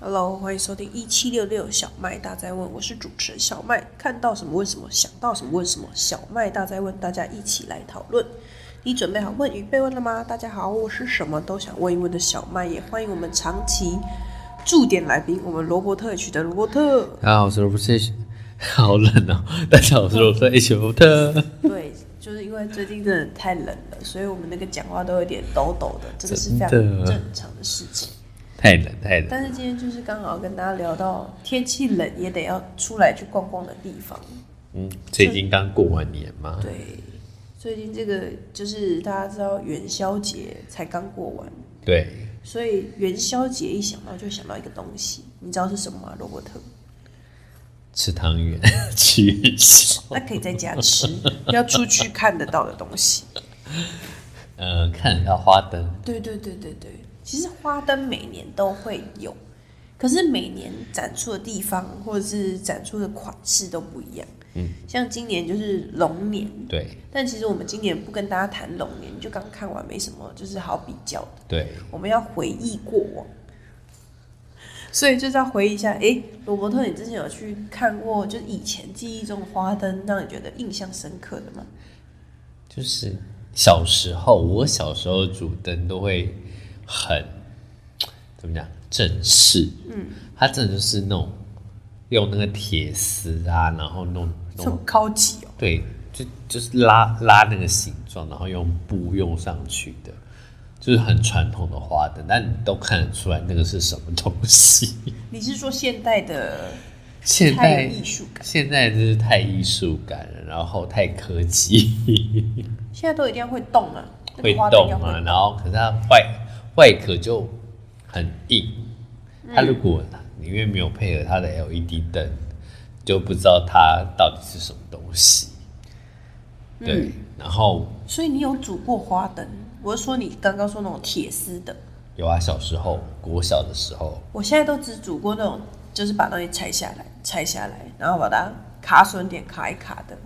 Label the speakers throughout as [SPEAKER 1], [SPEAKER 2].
[SPEAKER 1] Hello，欢迎收听一七六六小麦大在问，我是主持人小麦。看到什么问什么，想到什么问什么。小麦大在问，大家一起来讨论。你准备好问与被问了吗？大家好，我是什么都想问一问的小麦，也欢迎我们长期驻点来宾，我们罗伯特取的罗伯 特。
[SPEAKER 2] 大家好，我是罗伯特，好冷哦！ 大家好，我是罗伯特 H 伯特。
[SPEAKER 1] 对，就是因为最近真的太冷了，所以我们那个讲话都有点抖抖的，这个是非常
[SPEAKER 2] 真的
[SPEAKER 1] 正常的事情。
[SPEAKER 2] 太冷，太冷。
[SPEAKER 1] 但是今天就是刚好跟大家聊到天气冷也得要出来去逛逛的地方。
[SPEAKER 2] 嗯，最近刚过完年嘛，
[SPEAKER 1] 对，最近这个就是大家知道元宵节才刚过完，
[SPEAKER 2] 对，
[SPEAKER 1] 所以元宵节一想到就想到一个东西，你知道是什么吗？罗伯特？
[SPEAKER 2] 吃汤圆， 吃元宵。
[SPEAKER 1] 那可以在家 吃，要出去看得到的东西。
[SPEAKER 2] 呃，看要花灯，
[SPEAKER 1] 对对对对对，其实花灯每年都会有，可是每年展出的地方或者是展出的款式都不一样。嗯，像今年就是龙年，
[SPEAKER 2] 对
[SPEAKER 1] 但其实我们今年不跟大家谈龙年，就刚看完没什么，就是好比较的。
[SPEAKER 2] 对，
[SPEAKER 1] 我们要回忆过往，所以就是要回忆一下。诶，罗伯特，你之前有去看过，就是以前记忆中的花灯，让你觉得印象深刻的吗？
[SPEAKER 2] 就是小时候，我小时候主灯都会很怎么讲正式，嗯，它真的就是那种用那个铁丝啊，然后弄
[SPEAKER 1] 这
[SPEAKER 2] 弄
[SPEAKER 1] 么高级哦、
[SPEAKER 2] 对，就就是拉拉那个形状，然后用布用上去的，就是很传统的花灯，但你都看得出来那个是什么东西。
[SPEAKER 1] 你是说现代的
[SPEAKER 2] 现
[SPEAKER 1] 太
[SPEAKER 2] 代
[SPEAKER 1] 有艺术感？
[SPEAKER 2] 现在就是太艺术感了，然后太科 技，
[SPEAKER 1] 现在都一定要会动啊，那
[SPEAKER 2] 会
[SPEAKER 1] 个花灯一
[SPEAKER 2] 动
[SPEAKER 1] 定要
[SPEAKER 2] 啊，
[SPEAKER 1] 会
[SPEAKER 2] 然后可是它外外壳就很硬，
[SPEAKER 1] 嗯
[SPEAKER 2] 它如果啊里面没有配合它的 LED 灯，就不知道它到底是什么东西。对，
[SPEAKER 1] 嗯
[SPEAKER 2] 然后
[SPEAKER 1] 所以你有煮过花灯？我是说你刚刚说那种铁丝的，
[SPEAKER 2] 有啊，小时候，国小的时候，
[SPEAKER 1] 我现在都只煮过那种，就是把东西拆下来，拆下来，然后把它卡损点卡一卡的。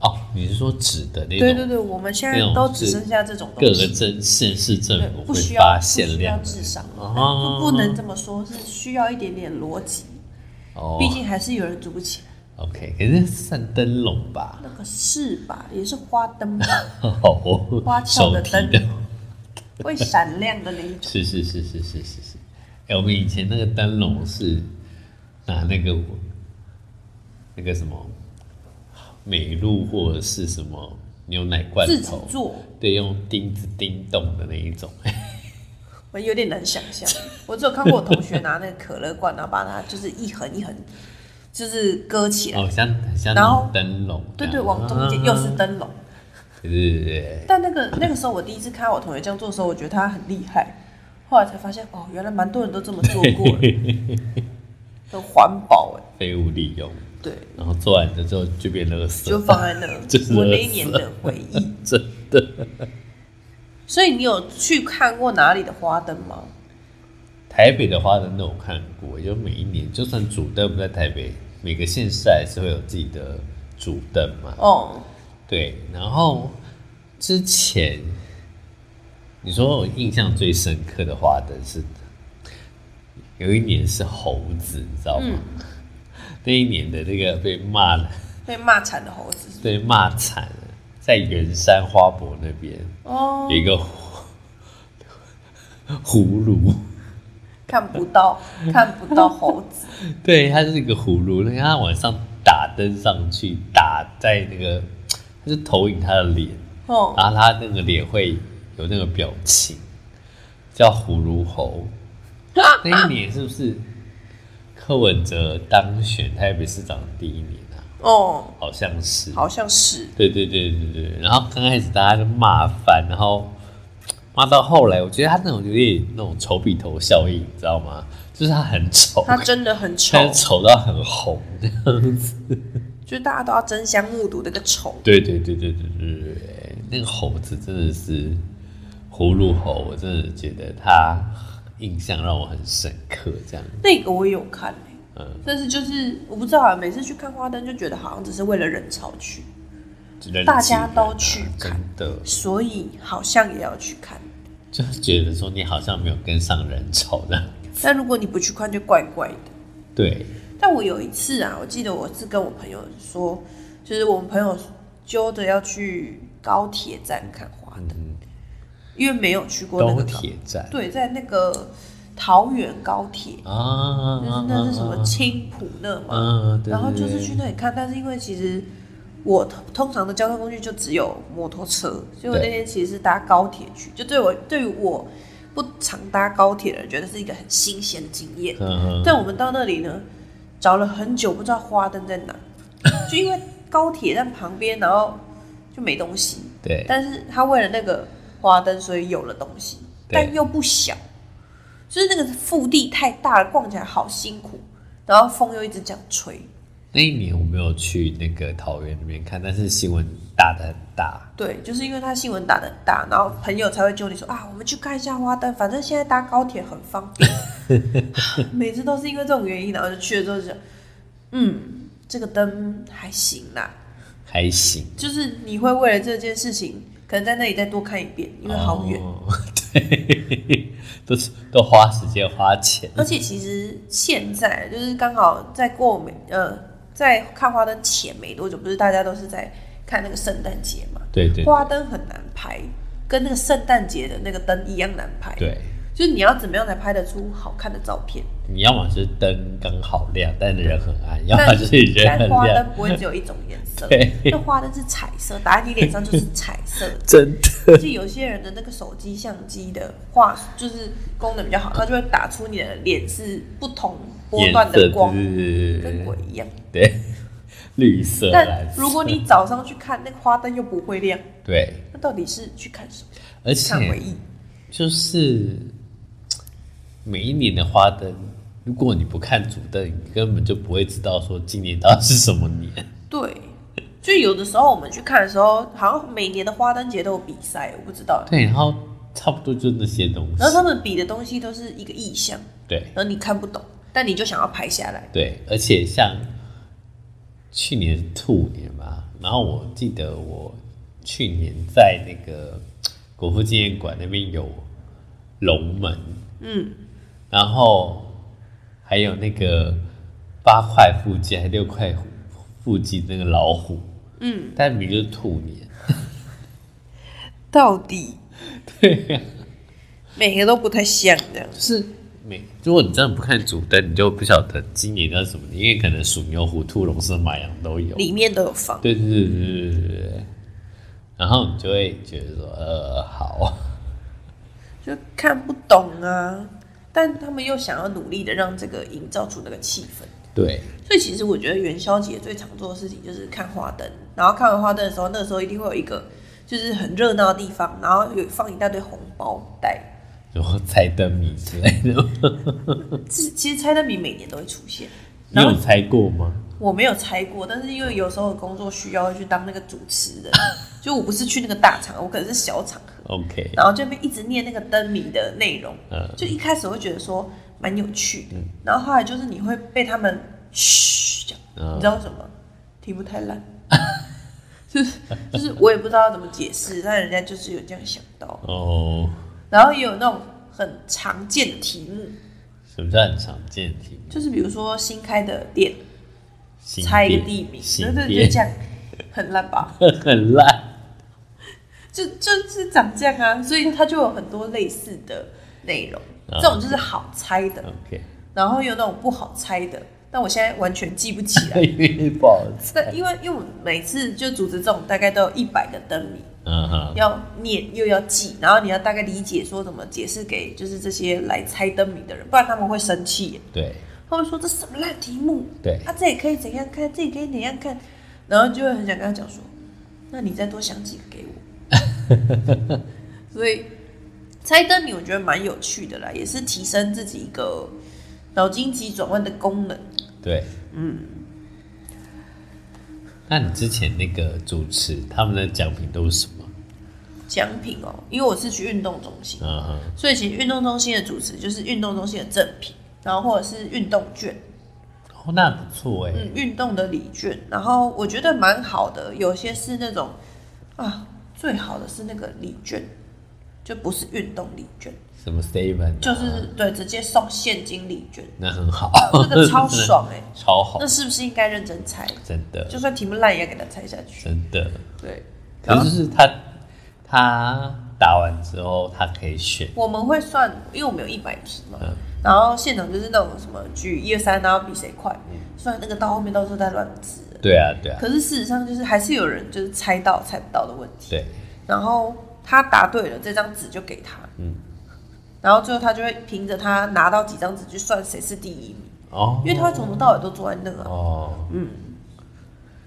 [SPEAKER 2] 哦，你是说纸的那种？
[SPEAKER 1] 对对对，我们现在
[SPEAKER 2] 那种
[SPEAKER 1] 都只
[SPEAKER 2] 是
[SPEAKER 1] 剩下这种东
[SPEAKER 2] 各
[SPEAKER 1] 西
[SPEAKER 2] 个。镇县市政
[SPEAKER 1] 对，
[SPEAKER 2] 府
[SPEAKER 1] 呃不
[SPEAKER 2] 会
[SPEAKER 1] 需要
[SPEAKER 2] 发
[SPEAKER 1] 不
[SPEAKER 2] 限
[SPEAKER 1] 需要
[SPEAKER 2] 量的
[SPEAKER 1] 智商，啊
[SPEAKER 2] 哦
[SPEAKER 1] 不不能这么说，是需要一点点逻辑。
[SPEAKER 2] 哦
[SPEAKER 1] 毕竟还是有人组不起来，
[SPEAKER 2] ，OK，可是算灯笼吧？
[SPEAKER 1] 那个是吧？也是花灯吧，
[SPEAKER 2] 哦
[SPEAKER 1] 花，俏
[SPEAKER 2] 手
[SPEAKER 1] 的
[SPEAKER 2] 提
[SPEAKER 1] 灯
[SPEAKER 2] 的，
[SPEAKER 1] 会闪亮的那一种。
[SPEAKER 2] 是是是是是是是。哎、我们以前那个灯笼是拿那个那个什么美露或者是什么牛奶 罐
[SPEAKER 1] 自己
[SPEAKER 2] 头，
[SPEAKER 1] 做，
[SPEAKER 2] 对，用钉子钉洞的那一种。
[SPEAKER 1] 我有点难想象。我只有看过我同学拿那个可乐罐，然后把它就是一横一横，就是割起来。
[SPEAKER 2] 哦，像很像
[SPEAKER 1] 然
[SPEAKER 2] 那
[SPEAKER 1] 后
[SPEAKER 2] 种灯笼这
[SPEAKER 1] 对
[SPEAKER 2] 样，
[SPEAKER 1] 对，往中间
[SPEAKER 2] 啊
[SPEAKER 1] 又是灯笼。
[SPEAKER 2] 对对对对，
[SPEAKER 1] 但那个那个时候，我第一次看到我同学这样做的时候，我觉得他很厉害。后来才发现，哦，原来蛮多人都这么做过的，很环保哎。
[SPEAKER 2] 废物利用，
[SPEAKER 1] 对，
[SPEAKER 2] 然后做完了之后就变垃圾，
[SPEAKER 1] 就放在那，
[SPEAKER 2] 就是
[SPEAKER 1] 我那
[SPEAKER 2] 垃
[SPEAKER 1] 一
[SPEAKER 2] 圾
[SPEAKER 1] 年的回忆。
[SPEAKER 2] 真的。
[SPEAKER 1] 所以你有去看过哪里的花灯吗？
[SPEAKER 2] 台北的花灯都有看过，就每一年，就算主灯不在台北，每个县市还是会有自己的主灯嘛。
[SPEAKER 1] 哦，
[SPEAKER 2] 对，然后之前你说我印象最深刻的花灯是有一年是猴子，你知道吗？那一年的那个被骂了，
[SPEAKER 1] 被骂惨的猴子。
[SPEAKER 2] 被骂惨了，在圆山花博那边
[SPEAKER 1] 哦
[SPEAKER 2] 有，一个 葫葫芦。
[SPEAKER 1] 看不到，看不到猴子。
[SPEAKER 2] 对，它是一个葫芦，那它晚上打灯上去，打在那个，它是投影它的脸，
[SPEAKER 1] 哦，
[SPEAKER 2] 然后它那个脸会有那个表情，叫葫芦猴。那一年是不是柯文哲当选台北市长的第一年啊？
[SPEAKER 1] 哦，
[SPEAKER 2] 好像是。
[SPEAKER 1] 好像是。
[SPEAKER 2] 对对对对对对。然后刚开始大家就骂翻，然后骂到后来，我觉得他那种有点那种丑比头效应，你知道吗？就是他很丑，
[SPEAKER 1] 它真的很丑
[SPEAKER 2] 但，是丑到很红这样子。
[SPEAKER 1] 就是大家都要争相目睹那个丑。
[SPEAKER 2] 对对对对对对对对，那个猴子真的是葫芦猴，我真的觉得它印象让我很深刻。这样，
[SPEAKER 1] 那个我也有看、欸，
[SPEAKER 2] 嗯，
[SPEAKER 1] 但是就是我不知道啊，每次去看花灯就觉得好像只是为了人潮去，
[SPEAKER 2] 人
[SPEAKER 1] 大
[SPEAKER 2] 挤人
[SPEAKER 1] 家都
[SPEAKER 2] 啊
[SPEAKER 1] 去看
[SPEAKER 2] 真的
[SPEAKER 1] 所以好像也要去看。
[SPEAKER 2] 就是觉得说你好像没有跟上人潮的。
[SPEAKER 1] 但如果你不去看，就怪怪的。
[SPEAKER 2] 对，
[SPEAKER 1] 但我有一次啊，我记得我是跟我朋友说，就是我们朋友揪着要去高铁站看花灯，因为没有去过那
[SPEAKER 2] 高
[SPEAKER 1] 个高
[SPEAKER 2] 铁站
[SPEAKER 1] 对，在那个桃园高铁，
[SPEAKER 2] 啊，
[SPEAKER 1] 就是那是什么青浦那嘛，
[SPEAKER 2] 嗯，对
[SPEAKER 1] 啊然后就是
[SPEAKER 2] 对
[SPEAKER 1] 去那里看，但是因为其实我通通常的交通工具就只有摩托车，所以我那
[SPEAKER 2] 对
[SPEAKER 1] 天其实是搭高铁去，就对我对于我不常搭高铁的人，觉得是一个很新鲜的经验。
[SPEAKER 2] 嗯
[SPEAKER 1] 但我们到那里呢，找了很久，不知道花灯在哪，就因为高铁站旁边，然后就没东西。
[SPEAKER 2] 对
[SPEAKER 1] 但是他为了那个花灯，所以有了东西，
[SPEAKER 2] 对
[SPEAKER 1] 但又不小，就是那个腹地太大了，逛起来好辛苦，然后风又一直这样吹。
[SPEAKER 2] 那一年我没有去那个桃园那边看，但是新闻打的很大，
[SPEAKER 1] 对，就是因为他新闻打的大，然后朋友才会揪你说啊，我们去看一下花灯，反正现在搭高铁很方便。 每次都是因为这种原因，然后就去了之后就觉得，嗯，这个灯还行啦，
[SPEAKER 2] 还行，
[SPEAKER 1] 就是你会为了这件事情，可能在那里再多看一遍，因为好远。
[SPEAKER 2] 哦，对， 都是都花时间花钱，
[SPEAKER 1] 而且其实现在就是刚好在过没呃，在看花灯前没多久，不是大家都是在看那个圣诞节嘛？
[SPEAKER 2] 对对
[SPEAKER 1] 花灯很难拍，跟那个圣诞节的那个灯一样难拍。，
[SPEAKER 2] 对，
[SPEAKER 1] 就是你要怎么样才拍得出好看的照 片？
[SPEAKER 2] 你要么就是灯刚好亮，但人很暗，要么
[SPEAKER 1] 但
[SPEAKER 2] 就是人很
[SPEAKER 1] 但花
[SPEAKER 2] 亮，
[SPEAKER 1] 灯不会只有一种颜色
[SPEAKER 2] 对，。
[SPEAKER 1] 那花灯是彩色，打在你脸上就是彩色的
[SPEAKER 2] 真的，
[SPEAKER 1] 就有些人的那个手机相机的画就是功能比较好，它就会打出你的脸是不同波
[SPEAKER 2] 颜
[SPEAKER 1] 段
[SPEAKER 2] 色
[SPEAKER 1] 的光，
[SPEAKER 2] 对
[SPEAKER 1] 跟鬼一样。
[SPEAKER 2] 对，绿色、蓝
[SPEAKER 1] 但
[SPEAKER 2] 色，
[SPEAKER 1] 如果你早上去看，那个花灯又不会亮，
[SPEAKER 2] 对，
[SPEAKER 1] 那到底是去看什么？
[SPEAKER 2] 而
[SPEAKER 1] 看回
[SPEAKER 2] 且
[SPEAKER 1] 忆。
[SPEAKER 2] 就是每一年的花灯，如果你不看主灯，你根本就不会知道说今年到底是什么年。
[SPEAKER 1] 对，就有的时候我们去看的时候，好像每年的花灯节都有比赛，我不知道。
[SPEAKER 2] 对，然后差不多就那些东西
[SPEAKER 1] 然。后他们比的东西都是一个意象，
[SPEAKER 2] 对
[SPEAKER 1] 然后你看不懂，但你就想要拍下 来。
[SPEAKER 2] 对，而且像去年是兔年嘛，然后我记得我去年在那个国父纪念馆那边有龙门，
[SPEAKER 1] 嗯，
[SPEAKER 2] 然后还有那个八块腹肌还六块腹肌那个老虎，
[SPEAKER 1] 嗯，
[SPEAKER 2] 但明明就是兔年，
[SPEAKER 1] 到底
[SPEAKER 2] 对呀、
[SPEAKER 1] 每个都不太像这样。
[SPEAKER 2] 就是每如果你真的不看主灯，你就不晓得今年到底什么，因为可能属牛、虎、兔、龙、蛇、马、羊都有。
[SPEAKER 1] 里面都有放，
[SPEAKER 2] 对对对对对对对。然后你就会觉得说，呃，好，
[SPEAKER 1] 就看不懂啊。但他们又想要努力的让这个营造出那个气氛，
[SPEAKER 2] 对
[SPEAKER 1] 所以其实我觉得元宵节最常做的事情就是看花灯，然后看完花灯的时候，那个时候一定会有一个就是很热闹的地方，然后有放一大堆红包袋。
[SPEAKER 2] 然后猜灯谜之类的，
[SPEAKER 1] 其其实猜灯谜每年都会出现，
[SPEAKER 2] 你
[SPEAKER 1] 然后
[SPEAKER 2] 有猜过吗？
[SPEAKER 1] 我没有猜过，但是因为有时候工作需要去当那个主持人，就我不是去那个大场，我可能是小场合，
[SPEAKER 2] OK，
[SPEAKER 1] 然后这边一直念那个灯谜的内容，
[SPEAKER 2] 嗯
[SPEAKER 1] 就一开始会觉得说蛮有趣的，然后后来就是你会被他们嘘这样，
[SPEAKER 2] 嗯
[SPEAKER 1] 你知道为什么？题目太烂， 就是就是我也不知道怎么解释，但人家就是有这样想到，
[SPEAKER 2] 哦，
[SPEAKER 1] 然后也有那种很常见的题目，
[SPEAKER 2] 什么叫很常见的题目？
[SPEAKER 1] 就是比如说新开的店
[SPEAKER 2] 新
[SPEAKER 1] 猜一个
[SPEAKER 2] 店
[SPEAKER 1] 地名，
[SPEAKER 2] 新
[SPEAKER 1] 对对，
[SPEAKER 2] 店
[SPEAKER 1] 就这样，很烂吧？
[SPEAKER 2] 很烂，
[SPEAKER 1] 就就是长这样啊，所以它就有很多类似的内容，
[SPEAKER 2] 嗯
[SPEAKER 1] 这种就是好猜的。
[SPEAKER 2] OK，
[SPEAKER 1] 然后有那种不好猜的，但我现在完全记不起 来。
[SPEAKER 2] 因为不好猜，
[SPEAKER 1] 但因为因为我们每次就组织这种大概都有一百个灯谜，
[SPEAKER 2] 嗯哼，
[SPEAKER 1] 要念又要记，然后你要大概理解说怎么解释给就是这些来猜灯谜的人，不然他们会生气耶，
[SPEAKER 2] 对
[SPEAKER 1] 他会说这什么烂题目，
[SPEAKER 2] 对
[SPEAKER 1] 啊这也可以怎样看，这也可以怎样看，然后就会很想跟他讲说，那你再多想几个给我。所以猜灯谜我觉得蛮有趣的啦，也是提升自己一个脑筋急转弯的功能。
[SPEAKER 2] 对，嗯。那你之前那个主持他们的奖品都是什么？
[SPEAKER 1] 奖品哦，因为我是去运动中心，
[SPEAKER 2] 嗯哼，
[SPEAKER 1] 所以其实运动中心的主持就是运动中心的赠品，然后或者是运动券，
[SPEAKER 2] 哦，那不错哎、
[SPEAKER 1] 嗯，运动的礼券，然后我觉得蛮好的，有些是那种啊，最好的是那个礼券，就不是运动礼券，
[SPEAKER 2] 什么 Seven，、啊、
[SPEAKER 1] 就是对直接送现金礼 券，
[SPEAKER 2] 那很好，
[SPEAKER 1] 这 个超爽哎、
[SPEAKER 2] 超好
[SPEAKER 1] 那，是不是应该认真猜？
[SPEAKER 2] 真的
[SPEAKER 1] 就算题目烂也要给他猜下去。
[SPEAKER 2] 真的。
[SPEAKER 1] 对，
[SPEAKER 2] 可是就是他他打完之后，他可以选，
[SPEAKER 1] 我们会算，因为我们有一百题嘛，
[SPEAKER 2] 嗯
[SPEAKER 1] 然后现场就是那种什么举一二三，然后比谁快，虽然那个到后面都是在乱指的，
[SPEAKER 2] 嗯对啊对啊
[SPEAKER 1] 可是事实上就是还是有人就是猜到猜不到的问题，
[SPEAKER 2] 对，
[SPEAKER 1] 然后他答对了，这张纸就给他，
[SPEAKER 2] 嗯
[SPEAKER 1] 然后最后他就会凭着他拿到几张纸去算谁是第一名，
[SPEAKER 2] 哦
[SPEAKER 1] 因为他会从头到尾都坐在那啊，
[SPEAKER 2] 哦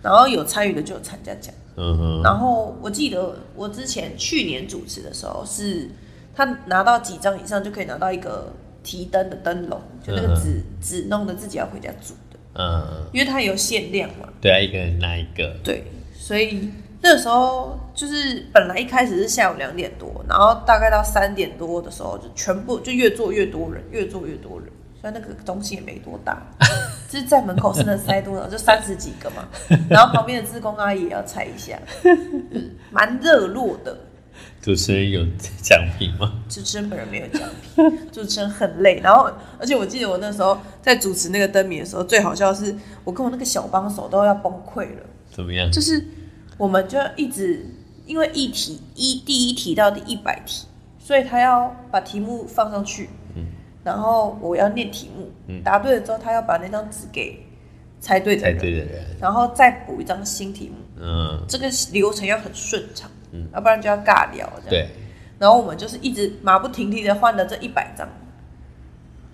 [SPEAKER 1] 然后有参与的就有参加奖。
[SPEAKER 2] 嗯哼
[SPEAKER 1] 然后我记得我之前去年主持的时候是，他拿到几张以上就可以拿到一个提灯的灯笼，就那个
[SPEAKER 2] 嗯嗯
[SPEAKER 1] 纸纸弄的自己要回家煮的，
[SPEAKER 2] 嗯，
[SPEAKER 1] 因为它有限量嘛。
[SPEAKER 2] 对啊，一个人拿一个，
[SPEAKER 1] 对，所以那时候就是本来一开始是下午两点多，然后大概到三点多的时候就全部就越坐越多人，越坐越多人。虽然那个东西也没多大，就是在门口是能塞多少，就三十几个嘛。然后旁边的志工阿姨也要猜一下，就是蛮热络的。
[SPEAKER 2] 主持人有奖品吗？
[SPEAKER 1] 主持人本人没有奖品，主持人很累。然后，而且我记得我那时候在主持那个灯谜的时候，最好笑的是我跟我那个小帮手都要崩溃了。
[SPEAKER 2] 怎么样？
[SPEAKER 1] 就是我们就一直因为一题一第一题到第一百题，所以他要把题目放上去，
[SPEAKER 2] 嗯
[SPEAKER 1] 然后我要念题目，
[SPEAKER 2] 嗯
[SPEAKER 1] 答对了之后，他要把那张纸给猜对的
[SPEAKER 2] 猜
[SPEAKER 1] 人，
[SPEAKER 2] 对的人，
[SPEAKER 1] 然后再补一张新题目，
[SPEAKER 2] 嗯，
[SPEAKER 1] 这个流程要很顺畅，
[SPEAKER 2] 嗯
[SPEAKER 1] 要不然就要尬聊这样。
[SPEAKER 2] 对，
[SPEAKER 1] 然后我们就是一直马不停蹄的换了这一百张，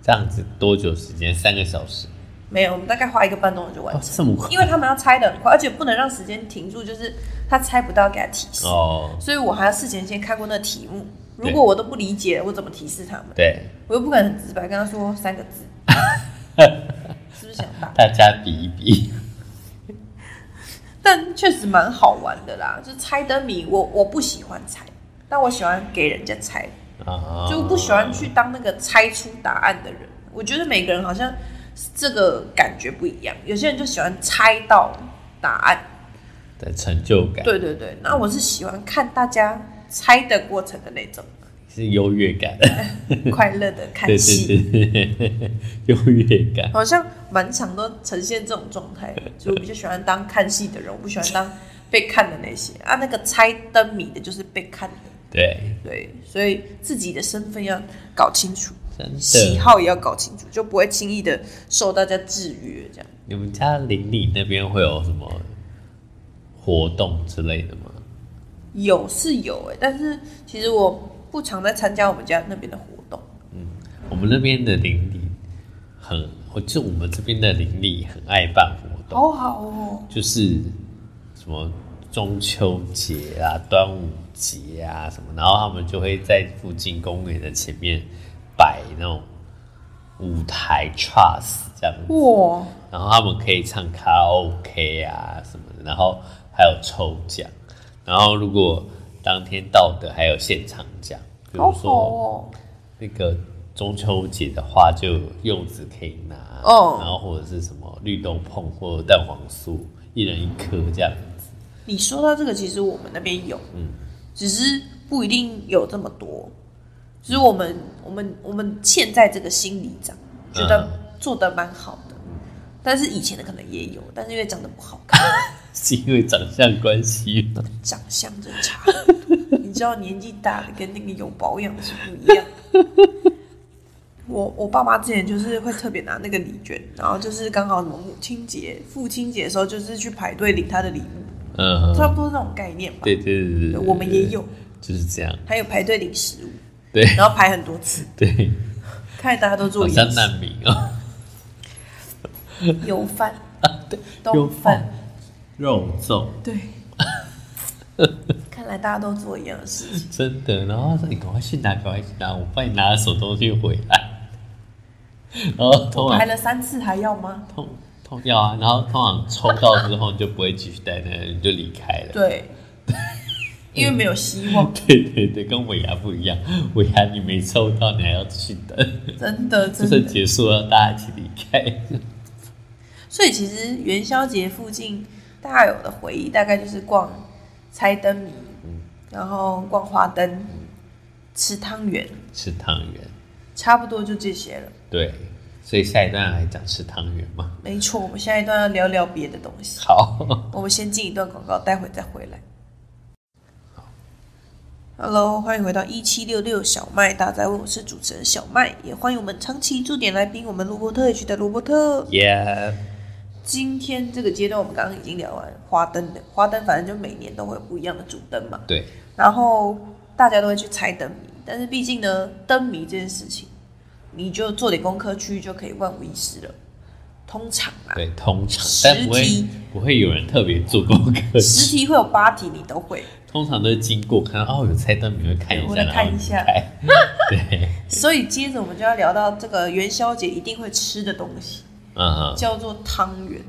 [SPEAKER 2] 这样子多久时间？三个小时，
[SPEAKER 1] 没有，我们大概花一个半钟头就完
[SPEAKER 2] 哦
[SPEAKER 1] 成，，
[SPEAKER 2] 这么快
[SPEAKER 1] 因为他们要猜的很快，而且不能让时间停住，就是他猜不到给他提示。
[SPEAKER 2] 哦，
[SPEAKER 1] 所以我还要事前先看过那题目。
[SPEAKER 2] 对
[SPEAKER 1] 如果我都不理解，我怎么提示他们？
[SPEAKER 2] 对，
[SPEAKER 1] 我又不敢很直白跟他说三个 字，是不是想打？
[SPEAKER 2] 大家比一比，
[SPEAKER 1] 但确实蛮好玩的啦，就是猜灯谜，我我不喜欢猜，但我喜欢给人家猜，
[SPEAKER 2] 啊，
[SPEAKER 1] 就不喜欢去当那个猜出答案的人。我觉得每个人好像这个感觉不一样，有些人就喜欢猜到答案，
[SPEAKER 2] 的成就感，
[SPEAKER 1] 对对对。那我是喜欢看大家猜的过程的那 种
[SPEAKER 2] 是优越感，
[SPEAKER 1] 快乐的看
[SPEAKER 2] 对
[SPEAKER 1] 戏。
[SPEAKER 2] 对对对，优越感，
[SPEAKER 1] 好像满场都呈现这种状 态，所以我比较喜欢当看戏的人，我不喜欢当被看的那些啊。那个猜灯谜的就是被看的，
[SPEAKER 2] 对，
[SPEAKER 1] 对，所以自己的身份要搞清楚，
[SPEAKER 2] 真
[SPEAKER 1] 喜
[SPEAKER 2] 的。
[SPEAKER 1] 好也要搞清楚，就不会轻易的受大家制约这样。
[SPEAKER 2] 你们家邻里那边会有什么活动之类的吗？
[SPEAKER 1] 有是有哎、但是其实我不常在参加我们家那边的活动，
[SPEAKER 2] 我们那边的邻里很，我就我们这边的邻里很爱办活动，
[SPEAKER 1] 好好哦，
[SPEAKER 2] 就是什么中秋节啊、端午节啊什么，然后他们就会在附近公园的前面摆那种舞台 trust 这样子，
[SPEAKER 1] 哇，哦
[SPEAKER 2] 然后他们可以唱卡拉 OK 啊什么的，然后还有抽奖，然后如果当天到的还有现场奖，比
[SPEAKER 1] 好
[SPEAKER 2] 如
[SPEAKER 1] 好
[SPEAKER 2] 说。
[SPEAKER 1] 哦，
[SPEAKER 2] 那个中秋节的话，就有柚子可以拿，
[SPEAKER 1] 哦
[SPEAKER 2] 然后或者是什么绿豆碰或者蛋黄酥，一人一颗这样子。
[SPEAKER 1] 你说到这个，其实我们那边有，
[SPEAKER 2] 嗯
[SPEAKER 1] 只是不一定有这么多。只是我们我们我们现在这个心里长，
[SPEAKER 2] 嗯
[SPEAKER 1] 觉得做的蛮好的，但是以前的可能也有，但是因为长得不好 看，
[SPEAKER 2] 是因为长相关系 吗？
[SPEAKER 1] 长相真的差很多。你知道年纪大了跟那个有保养是不一样的。我我爸妈之前就是会特别拿那个礼券，然后就是刚好什么母亲节、父亲节的时候，就是去排队领他的礼物，
[SPEAKER 2] 嗯，
[SPEAKER 1] 差不多那种概念吧。
[SPEAKER 2] 对对对对对，
[SPEAKER 1] 我们也有，
[SPEAKER 2] 就是这样。
[SPEAKER 1] 还有排队领食物，
[SPEAKER 2] 对
[SPEAKER 1] 然后排很多次，
[SPEAKER 2] 对，
[SPEAKER 1] 看来大家都
[SPEAKER 2] 好
[SPEAKER 1] 做一
[SPEAKER 2] 像
[SPEAKER 1] 样
[SPEAKER 2] 难 民哦、
[SPEAKER 1] 油饭，
[SPEAKER 2] 对，
[SPEAKER 1] 冬
[SPEAKER 2] 有
[SPEAKER 1] 饭，
[SPEAKER 2] 肉粽，
[SPEAKER 1] 对，看来大家都做一样的事情。
[SPEAKER 2] 真的。然后他说你赶快去拿，赶快去拿，我帮你拿了手东西回来。 然后通
[SPEAKER 1] 排
[SPEAKER 2] 常
[SPEAKER 1] 了三次还要吗？
[SPEAKER 2] 通通要啊，然后通常抽到之后你就不会继续待在那里，你就离开了。
[SPEAKER 1] 对，因为没有希 望，
[SPEAKER 2] 对对对，跟尾牙不一样，尾牙你没抽到，你还要去等，
[SPEAKER 1] 真的
[SPEAKER 2] 就
[SPEAKER 1] 真
[SPEAKER 2] 算
[SPEAKER 1] 的。
[SPEAKER 2] 结束了，大家一起离开。
[SPEAKER 1] 所以其实元宵节附近大家有的回忆大概就是逛猜灯谜，然后逛花灯，吃汤圆，
[SPEAKER 2] 吃汤圆，
[SPEAKER 1] 差不多就这些了。
[SPEAKER 2] 对，所以下一段来讲吃汤圆嘛。
[SPEAKER 1] 没错，我们下一段要聊聊别的东西。
[SPEAKER 2] 好，
[SPEAKER 1] 我们先进一段广告，待会再回来。Hello，欢迎回到一七六六小麦大家问，我是主持人小麦，也欢迎我们长期驻点来宾，我们罗伯特 H 的罗伯特。
[SPEAKER 2] 耶，
[SPEAKER 1] 今天这个阶段，我们刚刚已经聊完花灯的，花灯反正就每年都会有不一样的主灯嘛，
[SPEAKER 2] 对，
[SPEAKER 1] 然后大家都会去猜灯谜，但是毕竟呢，灯谜这件事情，你就做点功课去就可以万无一失了。通常啊，
[SPEAKER 2] 对，通常，
[SPEAKER 1] 十
[SPEAKER 2] 但不会
[SPEAKER 1] 题
[SPEAKER 2] 不会有人特别做功课，
[SPEAKER 1] 十题会有八题你都会，
[SPEAKER 2] 通常都是经过看到哦有菜单，你会看一
[SPEAKER 1] 我
[SPEAKER 2] 下，
[SPEAKER 1] 来
[SPEAKER 2] 然
[SPEAKER 1] 看
[SPEAKER 2] 后
[SPEAKER 1] 一
[SPEAKER 2] 你
[SPEAKER 1] 下
[SPEAKER 2] 开 对，
[SPEAKER 1] 所以接着我们就要聊到这个元宵节一定会吃的东西，
[SPEAKER 2] 嗯，
[SPEAKER 1] 叫做汤圆。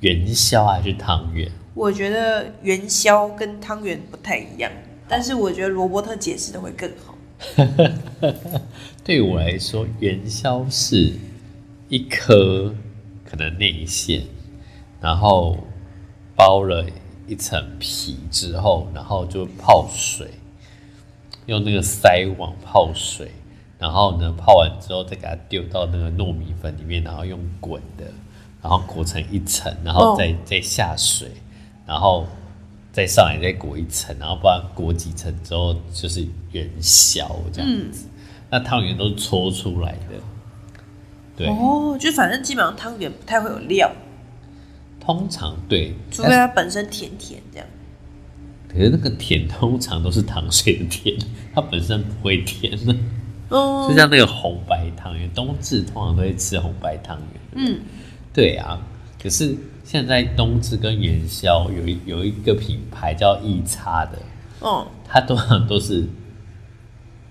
[SPEAKER 2] 元宵还是汤圆？
[SPEAKER 1] 我觉得元宵跟汤圆不太一样，但是我觉得罗伯特解释的会更好。
[SPEAKER 2] 对我来说，元宵是一颗可能内馅，然后包了一层皮之后，然后就泡水，用那个筛网泡水，然后呢泡完之后再给它丢到那个糯米粉里面，然后用滚的，然后裹成一层，然后再、再下水，然后再上来再裹一层，然后不然裹几层之后就是元宵这样子。
[SPEAKER 1] 嗯
[SPEAKER 2] 那汤圆都是搓出来的，对，
[SPEAKER 1] 哦，就反正基本上汤圆不太会有料，
[SPEAKER 2] 通常对，
[SPEAKER 1] 除非
[SPEAKER 2] 但是
[SPEAKER 1] 它本身甜甜这样。
[SPEAKER 2] 可是那个甜通常都是糖水的甜， 它本身不会甜的，就
[SPEAKER 1] 嗯
[SPEAKER 2] 像那个红白汤圆，冬至通常都会吃红白汤圆，
[SPEAKER 1] 嗯，
[SPEAKER 2] 对啊，可是现在冬至跟元宵有一有一个品牌叫益叉的，
[SPEAKER 1] 哦，
[SPEAKER 2] 它通常都 是，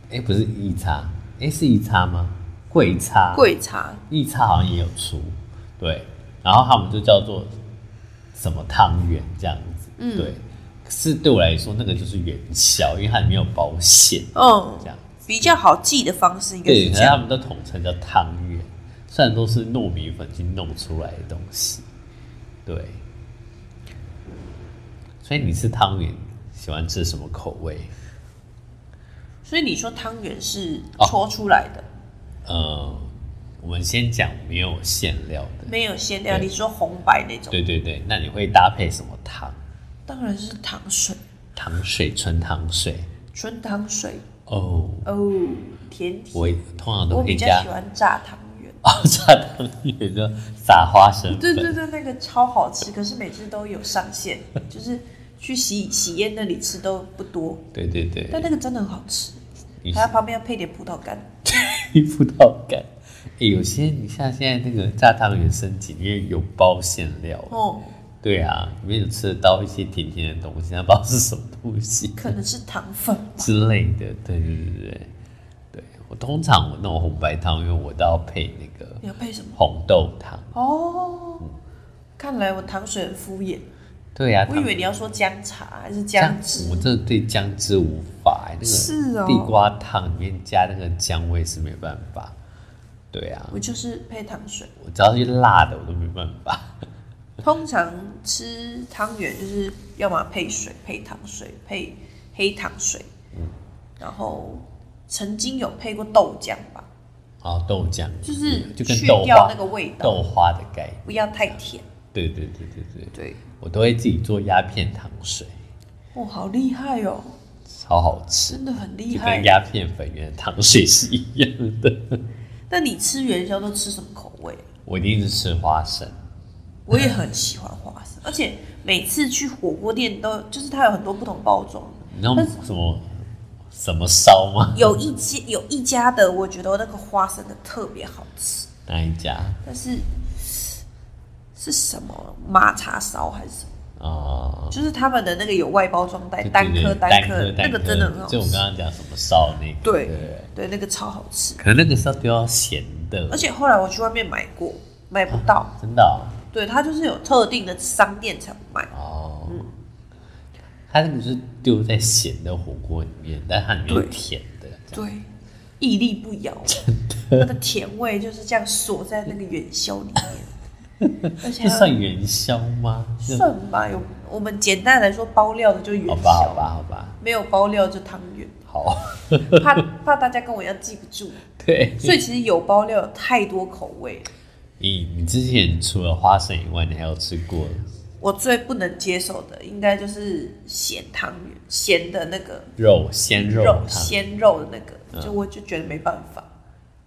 [SPEAKER 2] 哎、不是益叉，哎、是益叉吗？桂叉，
[SPEAKER 1] 桂茶
[SPEAKER 2] 利差好像也有出，对，然后他们就叫做什么汤圆这样子，对。可是对我来说，那个就是元宵，因为它里面有包馅
[SPEAKER 1] 嗯
[SPEAKER 2] 这，样。
[SPEAKER 1] 比较好记的方式应该
[SPEAKER 2] 对，
[SPEAKER 1] 是
[SPEAKER 2] 可
[SPEAKER 1] 这
[SPEAKER 2] 是他
[SPEAKER 1] 样。
[SPEAKER 2] 们都统称叫汤圆，虽然都是糯米粉去弄出来的东西，对。所以你吃汤圆喜欢吃什么口味？
[SPEAKER 1] 所以你说汤圆是
[SPEAKER 2] 哦
[SPEAKER 1] 搓出来的，
[SPEAKER 2] 呃，我们先讲没有馅料的，
[SPEAKER 1] 没有馅料。
[SPEAKER 2] 对
[SPEAKER 1] 你说红白那种，
[SPEAKER 2] 对对对。那你会搭配什么汤？
[SPEAKER 1] 当然是糖水，
[SPEAKER 2] 糖水，纯糖水。
[SPEAKER 1] 纯糖水
[SPEAKER 2] 哦，
[SPEAKER 1] 哦，甜甜。
[SPEAKER 2] 我通常都
[SPEAKER 1] 我
[SPEAKER 2] 会
[SPEAKER 1] 比较
[SPEAKER 2] 加
[SPEAKER 1] 喜欢炸汤圆。
[SPEAKER 2] 哦，炸汤圆就撒花生粉，
[SPEAKER 1] 对对对，那个超好吃，可是每次都有上 限，就是去喜喜宴那里吃都不多，
[SPEAKER 2] 对对对
[SPEAKER 1] 但那个真的很好吃，
[SPEAKER 2] 你
[SPEAKER 1] 还要旁边要配点葡萄干。
[SPEAKER 2] 是葡萄干。哎、有些你像现在那个炸汤圆升级，因为有包馅料，
[SPEAKER 1] 哦，
[SPEAKER 2] 对啊，里面有吃得到一些甜甜的东西，但不知道是什么东西
[SPEAKER 1] 可能是糖粉。
[SPEAKER 2] 之类的。对对对对对，对我通常我那种红白汤圆，我都要配那个
[SPEAKER 1] 你要配什么？
[SPEAKER 2] 红豆汤。
[SPEAKER 1] 哦，看来我糖水很敷衍，
[SPEAKER 2] 对嗯啊，
[SPEAKER 1] 我以为你要说姜茶还是姜汁
[SPEAKER 2] 我。真的对姜汁无法、欸，那
[SPEAKER 1] 是
[SPEAKER 2] 个
[SPEAKER 1] 哦
[SPEAKER 2] 地瓜汤里面加那个姜，我也是没办法。对啊，
[SPEAKER 1] 我就是配糖水，
[SPEAKER 2] 我只要是辣的，我都没办法。
[SPEAKER 1] 通常吃汤圆就是要么配水、配糖水、配黑糖水，然后曾经有配过豆浆吧，
[SPEAKER 2] 哦，豆浆
[SPEAKER 1] 就是
[SPEAKER 2] 嗯就跟
[SPEAKER 1] 去
[SPEAKER 2] 豆
[SPEAKER 1] 掉
[SPEAKER 2] 花
[SPEAKER 1] 那个味道，
[SPEAKER 2] 豆花的概念。
[SPEAKER 1] 不要太甜。
[SPEAKER 2] 对对对对对，
[SPEAKER 1] 对，
[SPEAKER 2] 我都会自己做鸦片糖水，
[SPEAKER 1] 哦，好厉害哦，
[SPEAKER 2] 超好吃，
[SPEAKER 1] 真的很厉
[SPEAKER 2] 就跟
[SPEAKER 1] 害。
[SPEAKER 2] 鸦片粉圆的糖水是一样的。
[SPEAKER 1] 那你吃元宵都吃什么口味啊？
[SPEAKER 2] 我一定是吃花生，
[SPEAKER 1] 我也很喜欢花 生，而且每次去火锅店都就是它有很多不同包装，
[SPEAKER 2] 你知道什么什么烧吗？
[SPEAKER 1] 有一家有一家的，我觉得那个花生的特别好吃，
[SPEAKER 2] 哪一家？
[SPEAKER 1] 但是是什么马茶烧还是什么？
[SPEAKER 2] 哦，
[SPEAKER 1] 就是他们的那个有外包装袋，
[SPEAKER 2] 对对
[SPEAKER 1] 哎单
[SPEAKER 2] 对
[SPEAKER 1] 颗
[SPEAKER 2] 单
[SPEAKER 1] 颗，那
[SPEAKER 2] 单
[SPEAKER 1] 个真的很好
[SPEAKER 2] 就我
[SPEAKER 1] 吃。
[SPEAKER 2] 刚刚讲什么烧那个，
[SPEAKER 1] 对
[SPEAKER 2] 对
[SPEAKER 1] 对，那个超好吃，
[SPEAKER 2] 可能那个是要丢到咸的，
[SPEAKER 1] 而且后来我去外面买过，买不到。
[SPEAKER 2] 真的哦
[SPEAKER 1] 对，它就是有特定的商店才卖。
[SPEAKER 2] 哦，
[SPEAKER 1] 嗯
[SPEAKER 2] 它那个是丢在咸的火锅里面，但它里面
[SPEAKER 1] 对
[SPEAKER 2] 是甜的，这样
[SPEAKER 1] 对，屹立不摇，真的，它的甜味就是这样锁在那个元宵里面。 而
[SPEAKER 2] 这
[SPEAKER 1] 且还有
[SPEAKER 2] 算元宵哦吗？这
[SPEAKER 1] 算吧，有我们简单来说包料的就元
[SPEAKER 2] 好吧，好
[SPEAKER 1] 宵，
[SPEAKER 2] 吧，好吧，
[SPEAKER 1] 没有包料就汤圆，
[SPEAKER 2] 好，
[SPEAKER 1] 怕怕大家跟我一样记不住，
[SPEAKER 2] 对。
[SPEAKER 1] 所以其实有包料有太多口味了。
[SPEAKER 2] 你你之前除了花生以外，你还有吃过
[SPEAKER 1] 我最不能接受的应该就是咸汤圆，咸的那个
[SPEAKER 2] 肉鲜肉
[SPEAKER 1] 肉
[SPEAKER 2] 汤？嗯
[SPEAKER 1] 鲜肉的那个，就我就觉得没办法。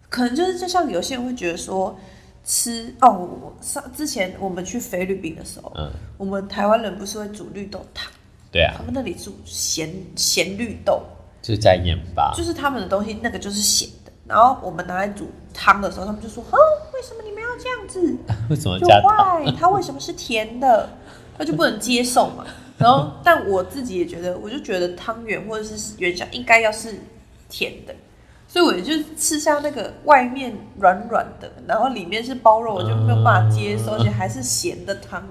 [SPEAKER 1] 可能就是就像有些人会觉得说吃哦，我上之前我们去菲律宾的时候，
[SPEAKER 2] 嗯，
[SPEAKER 1] 我们台湾人不是会煮绿豆汤，
[SPEAKER 2] 对啊
[SPEAKER 1] 他，们那里煮咸咸绿豆，
[SPEAKER 2] 就加盐巴
[SPEAKER 1] 就。是他们的东西那个就是咸的。然后我们拿来煮汤的时候，他们就说：“哼，为什么你们要这样子？
[SPEAKER 2] 为什么
[SPEAKER 1] 就
[SPEAKER 2] 加糖？
[SPEAKER 1] 坏，它为什么是甜的？他就不能接受嘛。然后，但我自己也觉得，我就觉得汤圆或者是元宵应该要是甜的，所以我就吃下那个外面软软的，然后里面是包肉，我就没有办法接受，而且还是咸的汤，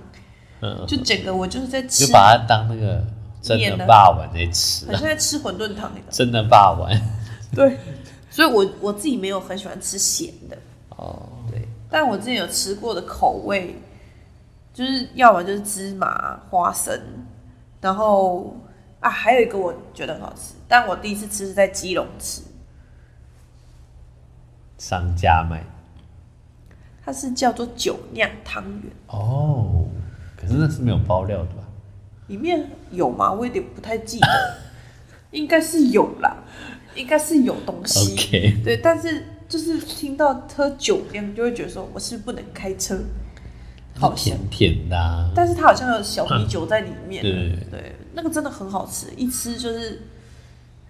[SPEAKER 2] 嗯，
[SPEAKER 1] 就整个我就是在吃
[SPEAKER 2] 就，把它当那个真
[SPEAKER 1] 面
[SPEAKER 2] 的
[SPEAKER 1] 呢
[SPEAKER 2] 霸王在吃
[SPEAKER 1] 很
[SPEAKER 2] 啊，
[SPEAKER 1] 像在吃馄饨汤一样。
[SPEAKER 2] 真的霸王。
[SPEAKER 1] 对，所以我我自己没有很喜欢吃咸的，
[SPEAKER 2] 哦，
[SPEAKER 1] 但我之前有吃过的口味，就是要么就是芝麻花生，然后啊，还有一个我觉得很好吃，但我第一次吃是在基隆吃，
[SPEAKER 2] 商家卖。
[SPEAKER 1] 它是叫做酒酿汤圆，
[SPEAKER 2] 哦，可是那是没有包料的吧？
[SPEAKER 1] 里面有吗？我有点不太记得， 应该是有啦，应该是有东西。
[SPEAKER 2] OK
[SPEAKER 1] 对，但是就是听到喝酒酿，就会觉得说我是不是不能开车，好
[SPEAKER 2] 是
[SPEAKER 1] 像
[SPEAKER 2] 甜甜的、啊。
[SPEAKER 1] 但是它好像有小米酒在里面。
[SPEAKER 2] 对
[SPEAKER 1] 嗯对，那个真的很好吃，一吃就是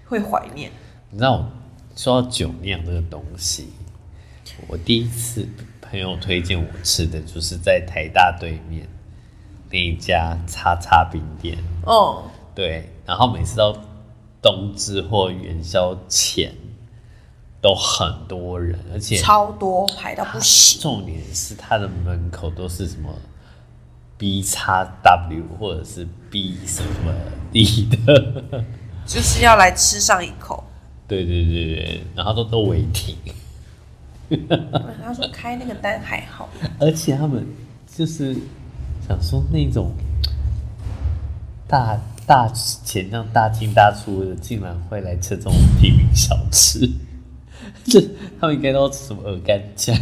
[SPEAKER 1] 会怀念。
[SPEAKER 2] 你知道我说到酒酿这个东西，我第一次朋友推荐我吃的就是在台大对面那一家叉叉冰店，
[SPEAKER 1] 哦，
[SPEAKER 2] 对，然后每次到冬至或元宵前都很多人，而且
[SPEAKER 1] 超多排到不行。
[SPEAKER 2] 重点是它的门口都是什么 B 叉 W 或者是 B 什么 D 的，
[SPEAKER 1] 就是要来吃上一 口。
[SPEAKER 2] 对对对对，然后都都违停。
[SPEAKER 1] 他说开那个单还好，
[SPEAKER 2] 而且他们就是想说那种大大钱让大进大出的，竟然会来吃这种平民小吃， 这他们应该都吃什么鹅肝酱、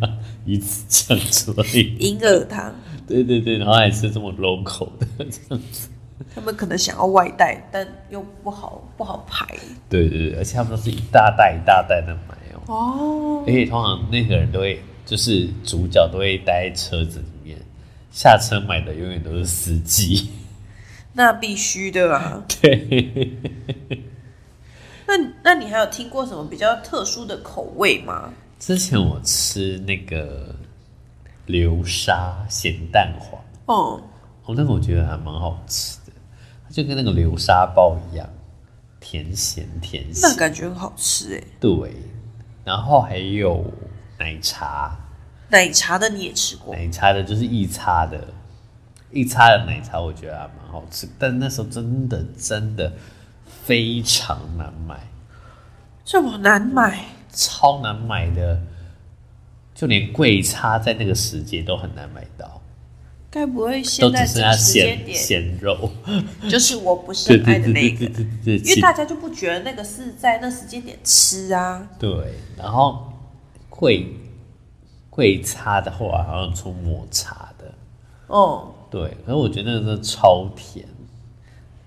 [SPEAKER 2] 啊鱼子酱之类的。
[SPEAKER 1] 银耳汤
[SPEAKER 2] 对对对，然后还吃这么 local 的这样子。
[SPEAKER 1] 他们可能想要外带，但又不好不好排。
[SPEAKER 2] 对对对，而且他们都是一大袋一大袋的买哦。
[SPEAKER 1] 哦
[SPEAKER 2] 而，且通常那个人都会，就是主角都会待在车子里面，下车买的永远都是司机。
[SPEAKER 1] 那必须的啊。
[SPEAKER 2] 对。
[SPEAKER 1] 那那你还有听过什么比较特殊的口味吗？
[SPEAKER 2] 之前我吃那个流沙咸蛋黄，
[SPEAKER 1] 哦，
[SPEAKER 2] 哦，那个我觉得还蛮好吃的，它就跟那个流沙包一样，甜咸甜咸
[SPEAKER 1] 那。感觉很好吃哎。
[SPEAKER 2] 对，然后还有奶茶，
[SPEAKER 1] 奶茶的你也吃过？
[SPEAKER 2] 奶茶的就是一擦的，一擦的奶茶我觉得还蛮好吃，但那时候真的真的非常难买，
[SPEAKER 1] 这么难买？
[SPEAKER 2] 超难买的，就连贵差在那个时节都很难买到。
[SPEAKER 1] 该不会
[SPEAKER 2] 都
[SPEAKER 1] 现
[SPEAKER 2] 只
[SPEAKER 1] 在
[SPEAKER 2] 剩
[SPEAKER 1] 这
[SPEAKER 2] 下
[SPEAKER 1] 个时间
[SPEAKER 2] 咸
[SPEAKER 1] 点
[SPEAKER 2] 咸肉，
[SPEAKER 1] 就是我不
[SPEAKER 2] 对
[SPEAKER 1] 是
[SPEAKER 2] 对
[SPEAKER 1] 爱的
[SPEAKER 2] 对
[SPEAKER 1] 那
[SPEAKER 2] 对
[SPEAKER 1] 个
[SPEAKER 2] 对？对对，
[SPEAKER 1] 因为
[SPEAKER 2] 其
[SPEAKER 1] 大家就不觉得那个是在那时间点吃啊。
[SPEAKER 2] 对，然后贵贵差的话好像出抹茶的，
[SPEAKER 1] 哦，
[SPEAKER 2] 对，可是我觉得那个真的超甜，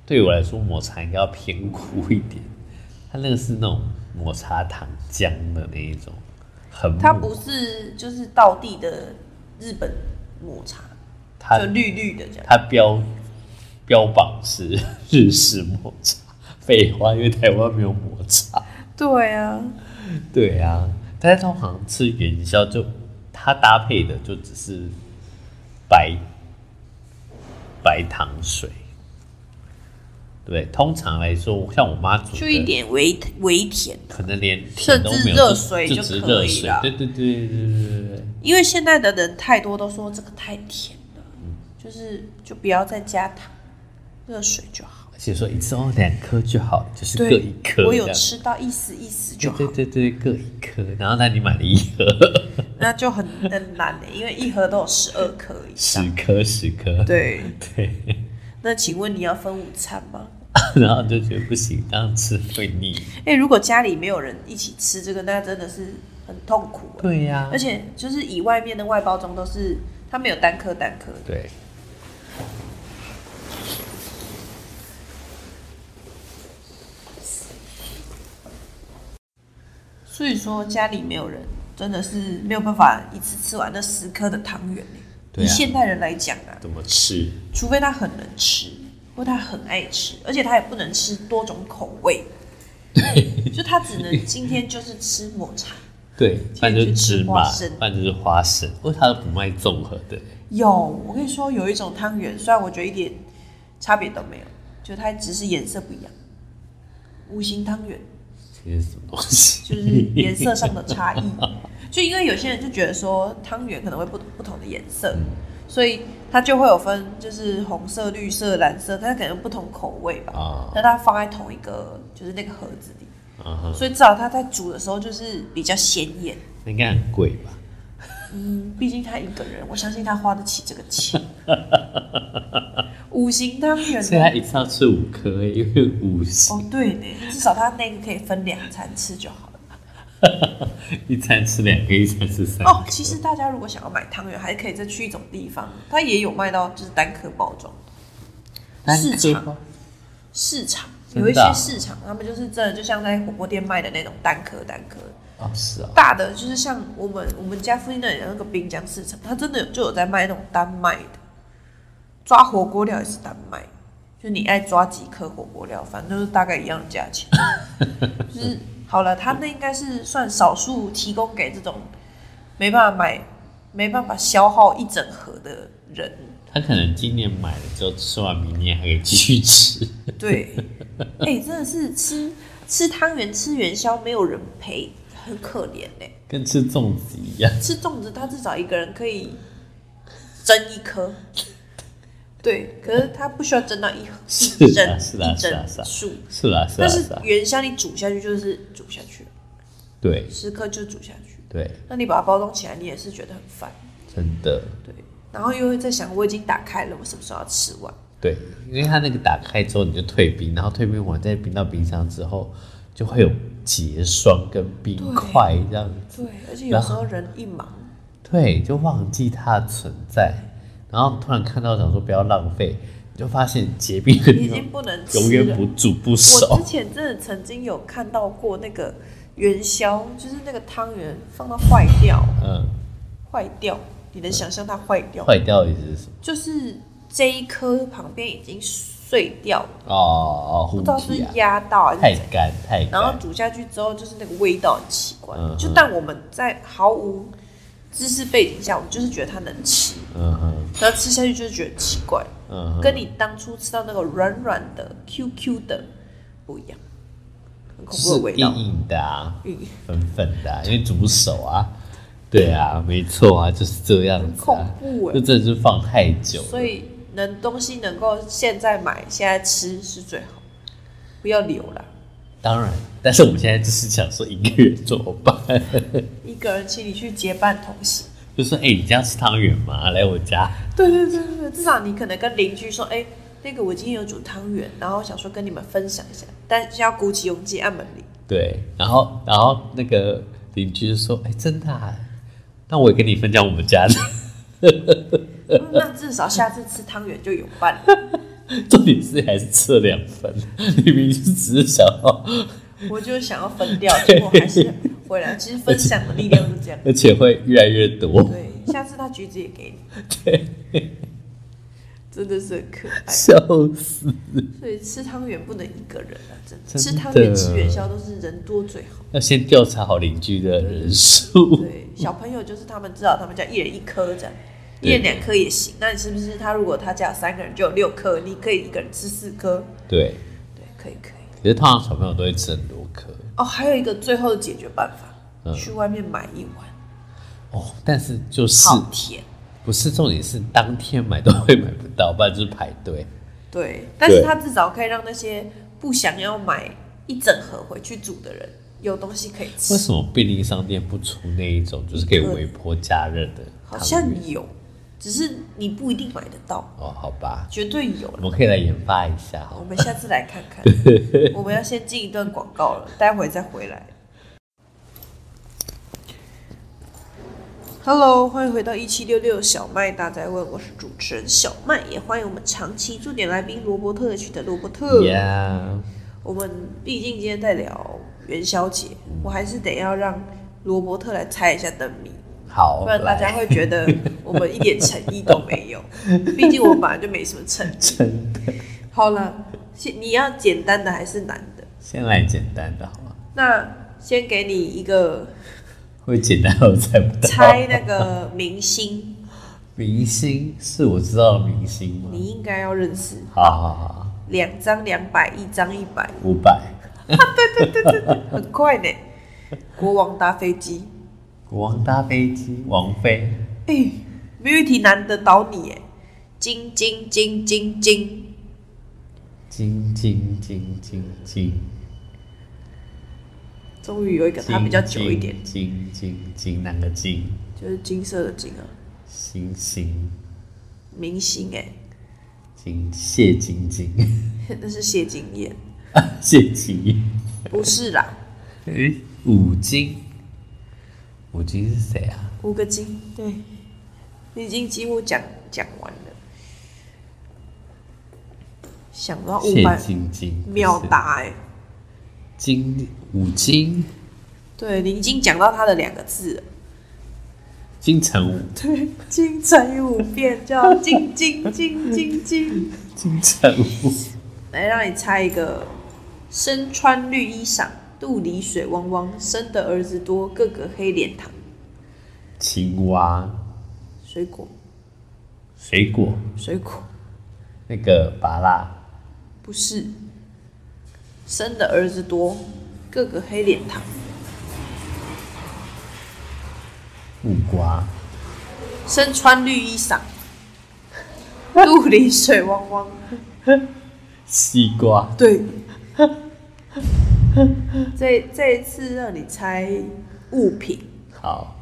[SPEAKER 2] 对我来说抹茶应该要偏苦一点，它那个是那种抹茶糖浆的那一种，很
[SPEAKER 1] 它
[SPEAKER 2] 抹
[SPEAKER 1] 不是就是道地的日本抹茶，
[SPEAKER 2] 它
[SPEAKER 1] 就绿绿的这样。
[SPEAKER 2] 它标标榜是日式抹茶，废话，因为台湾没有抹茶。
[SPEAKER 1] 对啊，
[SPEAKER 2] 对啊，但是通常吃元宵就它搭配的就只是白白糖水。对，通常来说，像我妈煮的，
[SPEAKER 1] 就一点微微甜，
[SPEAKER 2] 可能连甜
[SPEAKER 1] 甚
[SPEAKER 2] 都
[SPEAKER 1] 至
[SPEAKER 2] 没有，
[SPEAKER 1] 热
[SPEAKER 2] 就
[SPEAKER 1] 水
[SPEAKER 2] 就
[SPEAKER 1] 就
[SPEAKER 2] 只是
[SPEAKER 1] 可
[SPEAKER 2] 热
[SPEAKER 1] 以
[SPEAKER 2] 水
[SPEAKER 1] 啦。
[SPEAKER 2] 对对对对对对
[SPEAKER 1] 因为现在的人太多都说这个太甜了，就是就不要再加糖，热水就好。
[SPEAKER 2] 而且说一次哦两颗就好，就是各一
[SPEAKER 1] 对，
[SPEAKER 2] 颗
[SPEAKER 1] 我
[SPEAKER 2] 这
[SPEAKER 1] 有
[SPEAKER 2] 样。
[SPEAKER 1] 吃到一丝一丝就
[SPEAKER 2] 对
[SPEAKER 1] 好。
[SPEAKER 2] 对对对，各一颗，然后那你买了一盒，
[SPEAKER 1] 那就很很难的，因为一盒都有十二颗以上
[SPEAKER 2] 十。颗十颗，
[SPEAKER 1] 对，
[SPEAKER 2] 对，
[SPEAKER 1] 那请问你要分午餐吗？
[SPEAKER 2] 然后就觉得不行，这样吃会腻。
[SPEAKER 1] 哎、如果家里没有人一起吃这个，那真的是很痛苦欸。
[SPEAKER 2] 对呀、
[SPEAKER 1] 而且就是以外面的外包装都是，它没有单颗单颗的。
[SPEAKER 2] 对，
[SPEAKER 1] 所以说家里没有人，真的是没有办法一次吃完那十颗的汤圆欸。
[SPEAKER 2] 对啊
[SPEAKER 1] 以现代人来讲啊，
[SPEAKER 2] 怎么吃？
[SPEAKER 1] 除非他很能吃，或他很爱吃，而且他也不能吃多种口味， 就他只能今天就是吃抹茶。
[SPEAKER 2] 对，反正就是芝麻
[SPEAKER 1] 花生，
[SPEAKER 2] 反正就是花生，为啥都不卖综合的？
[SPEAKER 1] 有，我跟你说，有一种汤圆，虽然我觉得一点差别都没有，就它只是颜色不一样，五行汤圆
[SPEAKER 2] 这是什么东西？
[SPEAKER 1] 就是颜色上的差异。就因为有些人就觉得说汤圆可能会不不同的颜色，所以它就会有分，就是红色、绿色、蓝色，它可能不同口味吧。
[SPEAKER 2] 啊，
[SPEAKER 1] 但它放在同一个就是那个盒子里，
[SPEAKER 2] 嗯哼，
[SPEAKER 1] 所以至少它在煮的时候就是比较鲜艳。
[SPEAKER 2] 那应该很贵吧？
[SPEAKER 1] 嗯，毕竟他一个人，我相信他花得起这个钱。五行汤圆
[SPEAKER 2] 所以他
[SPEAKER 1] 呢？
[SPEAKER 2] 一次要吃五颗欸，因为五十、
[SPEAKER 1] 哦，对呢，至少他那个可以分两餐吃就好了。
[SPEAKER 2] 一餐吃两个，一餐吃三个。
[SPEAKER 1] 哦，其实大家如果想要买汤圆，还可以再去一种地方，它也有卖到就是单颗包装。
[SPEAKER 2] 单
[SPEAKER 1] 市
[SPEAKER 2] 颗
[SPEAKER 1] 场
[SPEAKER 2] 吗
[SPEAKER 1] 市场
[SPEAKER 2] 真
[SPEAKER 1] 有一
[SPEAKER 2] 的啊
[SPEAKER 1] 些市场，他们就是真的就像在火锅店卖的那种单颗单颗，
[SPEAKER 2] 哦，是啊、
[SPEAKER 1] 大的就是像我们我们家附近那里的那个滨江市场，它真的有就有在卖那种单卖的，抓火锅料也是单卖，就你爱抓几颗火锅料，反正就是大概一样的价钱。就是好了，它那应该是算少数提供给这种没办法买、没办法消耗一整盒的人。
[SPEAKER 2] 他可能今年买了之后吃完，明年还可以继续吃。
[SPEAKER 1] 对，哎、真的是吃吃汤圆、吃元宵没有人陪，很可怜欸嘞、
[SPEAKER 2] 跟吃粽子一样，
[SPEAKER 1] 吃粽子，他至少一个人可以蒸一颗。 对，可是他不需要蒸到 一盒，
[SPEAKER 2] 是
[SPEAKER 1] 一
[SPEAKER 2] 啊
[SPEAKER 1] 蒸
[SPEAKER 2] 是啊
[SPEAKER 1] 一
[SPEAKER 2] 是啊
[SPEAKER 1] 蒸
[SPEAKER 2] 是啊
[SPEAKER 1] 数。
[SPEAKER 2] 是啦是啦
[SPEAKER 1] 但是啊
[SPEAKER 2] 是啦，
[SPEAKER 1] 元宵你煮下去就是煮下去了，
[SPEAKER 2] 对
[SPEAKER 1] 十颗就煮下去。
[SPEAKER 2] 对，
[SPEAKER 1] 那你把它包装起来，你也是觉得很烦。
[SPEAKER 2] 真的
[SPEAKER 1] 对，然后又会在想，我已经打开了，我什么时候要吃完？
[SPEAKER 2] 对，因为它那个打开之后你就退冰，然后退冰完再冰到冰箱之后，就会有结霜跟冰块这样子，
[SPEAKER 1] 对，而且有时候人一忙，
[SPEAKER 2] 对，就忘记它的存在，然后突然看到想说不要浪费，你就发现结冰的地
[SPEAKER 1] 已经
[SPEAKER 2] 方
[SPEAKER 1] 不能哦吃了。
[SPEAKER 2] 永远不煮不
[SPEAKER 1] 我
[SPEAKER 2] 熟
[SPEAKER 1] 之，前真的曾经有看到过那个元宵，就是那个汤圆放到坏掉。
[SPEAKER 2] 嗯，
[SPEAKER 1] 坏掉，你能想象它坏掉？
[SPEAKER 2] 坏掉的意思是什么？
[SPEAKER 1] 就是这一颗旁边已经碎掉了，
[SPEAKER 2] 哦，
[SPEAKER 1] 不
[SPEAKER 2] 糊
[SPEAKER 1] 知道是
[SPEAKER 2] 体啊，
[SPEAKER 1] 压到还是
[SPEAKER 2] 太
[SPEAKER 1] 怎样。
[SPEAKER 2] 干太
[SPEAKER 1] 然后
[SPEAKER 2] 干，
[SPEAKER 1] 煮下去之后，就是那个味道很奇怪。
[SPEAKER 2] 嗯哼
[SPEAKER 1] 就但我们在毫无知识背景下，我们就是觉得它能吃，
[SPEAKER 2] 嗯哼
[SPEAKER 1] 然后吃下去就是觉得奇怪，
[SPEAKER 2] 嗯哼，
[SPEAKER 1] 跟你当初吃到那个软软的、QQ 的不一样，很恐怖的
[SPEAKER 2] 是
[SPEAKER 1] 味道
[SPEAKER 2] 硬。硬的啊，
[SPEAKER 1] 嗯，
[SPEAKER 2] 粉粉的、啊，因为煮不熟啊。对啊，没错啊，就是这样
[SPEAKER 1] 很
[SPEAKER 2] 子
[SPEAKER 1] 恐
[SPEAKER 2] 啊。
[SPEAKER 1] 怖哎、
[SPEAKER 2] 就真的是放太久了，
[SPEAKER 1] 所以能东西能够现在买现在吃是最好，不要留啦。
[SPEAKER 2] 当然，但是我们现在就是想说一个月怎么办？
[SPEAKER 1] 一个人请你去结伴同行。
[SPEAKER 2] 就说哎、你今天要吃汤圆吗？来我家。
[SPEAKER 1] 对对对对对，至少你可能跟邻居说，哎、那个我今天有煮汤圆，然后想说跟你们分享一下，但是要鼓起勇气按门 铃。
[SPEAKER 2] 对，然后然后那个邻居就说，哎、真的、啊，那我也跟你分享我们家的。
[SPEAKER 1] 嗯那至少下次吃汤圆就有伴 了。
[SPEAKER 2] 重点是还是吃了两份，明明就只是想要，
[SPEAKER 1] 我就想要分掉，结果还是回来。其实分享的力量是这样。
[SPEAKER 2] 而且会越来越多。
[SPEAKER 1] 对，下次他橘子也给你，
[SPEAKER 2] 对，
[SPEAKER 1] 真的是很可爱。
[SPEAKER 2] 笑死。
[SPEAKER 1] 所以吃汤圆不能一个人啊，真的。
[SPEAKER 2] 真的
[SPEAKER 1] 吃汤圆、吃元宵都是人多最好。
[SPEAKER 2] 要先调查好邻居的人数。
[SPEAKER 1] 对，小朋友就是他们知道他们家一人一颗这样，
[SPEAKER 2] 对
[SPEAKER 1] 一人两颗也行。那你是不是他如果他家有三个人就有六颗，你可以一个人吃四颗？
[SPEAKER 2] 对，
[SPEAKER 1] 对，可以可以。
[SPEAKER 2] 可是通常小朋友都会吃很多颗
[SPEAKER 1] 哦，还有一个最后的解决办法，
[SPEAKER 2] 嗯
[SPEAKER 1] 去外面买一碗，
[SPEAKER 2] 哦，但是就是
[SPEAKER 1] 好甜。
[SPEAKER 2] 不是重点是当天买都会买不到，不然就是排队。
[SPEAKER 1] 对，但是他至少可以让那些不想要买一整盒回去煮的人，有东西可以
[SPEAKER 2] 为
[SPEAKER 1] 吃。
[SPEAKER 2] 什么便利商店不出那一种就是可以微波加热的
[SPEAKER 1] 好
[SPEAKER 2] 汤
[SPEAKER 1] 像
[SPEAKER 2] 圆？
[SPEAKER 1] 有，只是你不一定买得到，
[SPEAKER 2] 哦，好吧，
[SPEAKER 1] 绝对有
[SPEAKER 2] 我
[SPEAKER 1] 了。
[SPEAKER 2] 们可以来研发一下
[SPEAKER 1] 我
[SPEAKER 2] 好。
[SPEAKER 1] 们下次来看看。我们要先进一段广告了，待会再回来。Hello，欢迎回到一七六六小麦大在问，我是主持人小麦，也欢迎我们长期驻点来宾罗伯特区的罗伯特。
[SPEAKER 2] 呀，
[SPEAKER 1] 我们毕竟今天在聊元宵节，我还是得要让罗伯特来猜一下灯谜，
[SPEAKER 2] 好，
[SPEAKER 1] 不然大家
[SPEAKER 2] 来
[SPEAKER 1] 会觉得我们一点诚意都没有。毕竟我们本来就没什么诚意。
[SPEAKER 2] 真的
[SPEAKER 1] 好了，先你要简单的还是难的？
[SPEAKER 2] 先来简单的好吗？
[SPEAKER 1] 那先给你 一个
[SPEAKER 2] 会简单到我猜不到。
[SPEAKER 1] 猜那个明星，
[SPEAKER 2] 明星是我知道的明星吗？
[SPEAKER 1] 你应该要认识，
[SPEAKER 2] 好好好，
[SPEAKER 1] 两张两百，一张一 百，
[SPEAKER 2] 五百。
[SPEAKER 1] 很快呢。国王搭飞机，
[SPEAKER 2] 国王搭飞机，王妃
[SPEAKER 1] 哎、没有一题难得倒你哎，金金金金金，
[SPEAKER 2] 金金金金金，
[SPEAKER 1] 终于有一个它比较久一点，
[SPEAKER 2] 金金金那个金
[SPEAKER 1] 就是金色的金啊，
[SPEAKER 2] 星星
[SPEAKER 1] 明星哎，
[SPEAKER 2] 金谢晶晶
[SPEAKER 1] 那是谢金燕，
[SPEAKER 2] 谢金，
[SPEAKER 1] 不是啦，
[SPEAKER 2] 诶，五金，五金是谁啊？
[SPEAKER 1] 五个金，对，你已经几乎讲讲完了。想到五
[SPEAKER 2] 谢
[SPEAKER 1] 百，
[SPEAKER 2] 晶晶不是
[SPEAKER 1] 秒答哎、
[SPEAKER 2] 金五金
[SPEAKER 1] 对你已经讲到他的两个字了，
[SPEAKER 2] 金城武
[SPEAKER 1] 对，金城武变叫金金金金金。
[SPEAKER 2] 金城武
[SPEAKER 1] 来让你猜一个，身穿绿衣裳，肚里水汪汪，生的儿子多，个个黑脸膛。
[SPEAKER 2] 青蛙
[SPEAKER 1] 水果，
[SPEAKER 2] 水果
[SPEAKER 1] 水果
[SPEAKER 2] 那个拔蜡
[SPEAKER 1] 不是，生的儿子多，个个黑脸膛。
[SPEAKER 2] 木瓜
[SPEAKER 1] 身穿绿衣裳，肚里水汪汪。
[SPEAKER 2] 西瓜
[SPEAKER 1] 对， 这这一次让你猜物品。
[SPEAKER 2] 好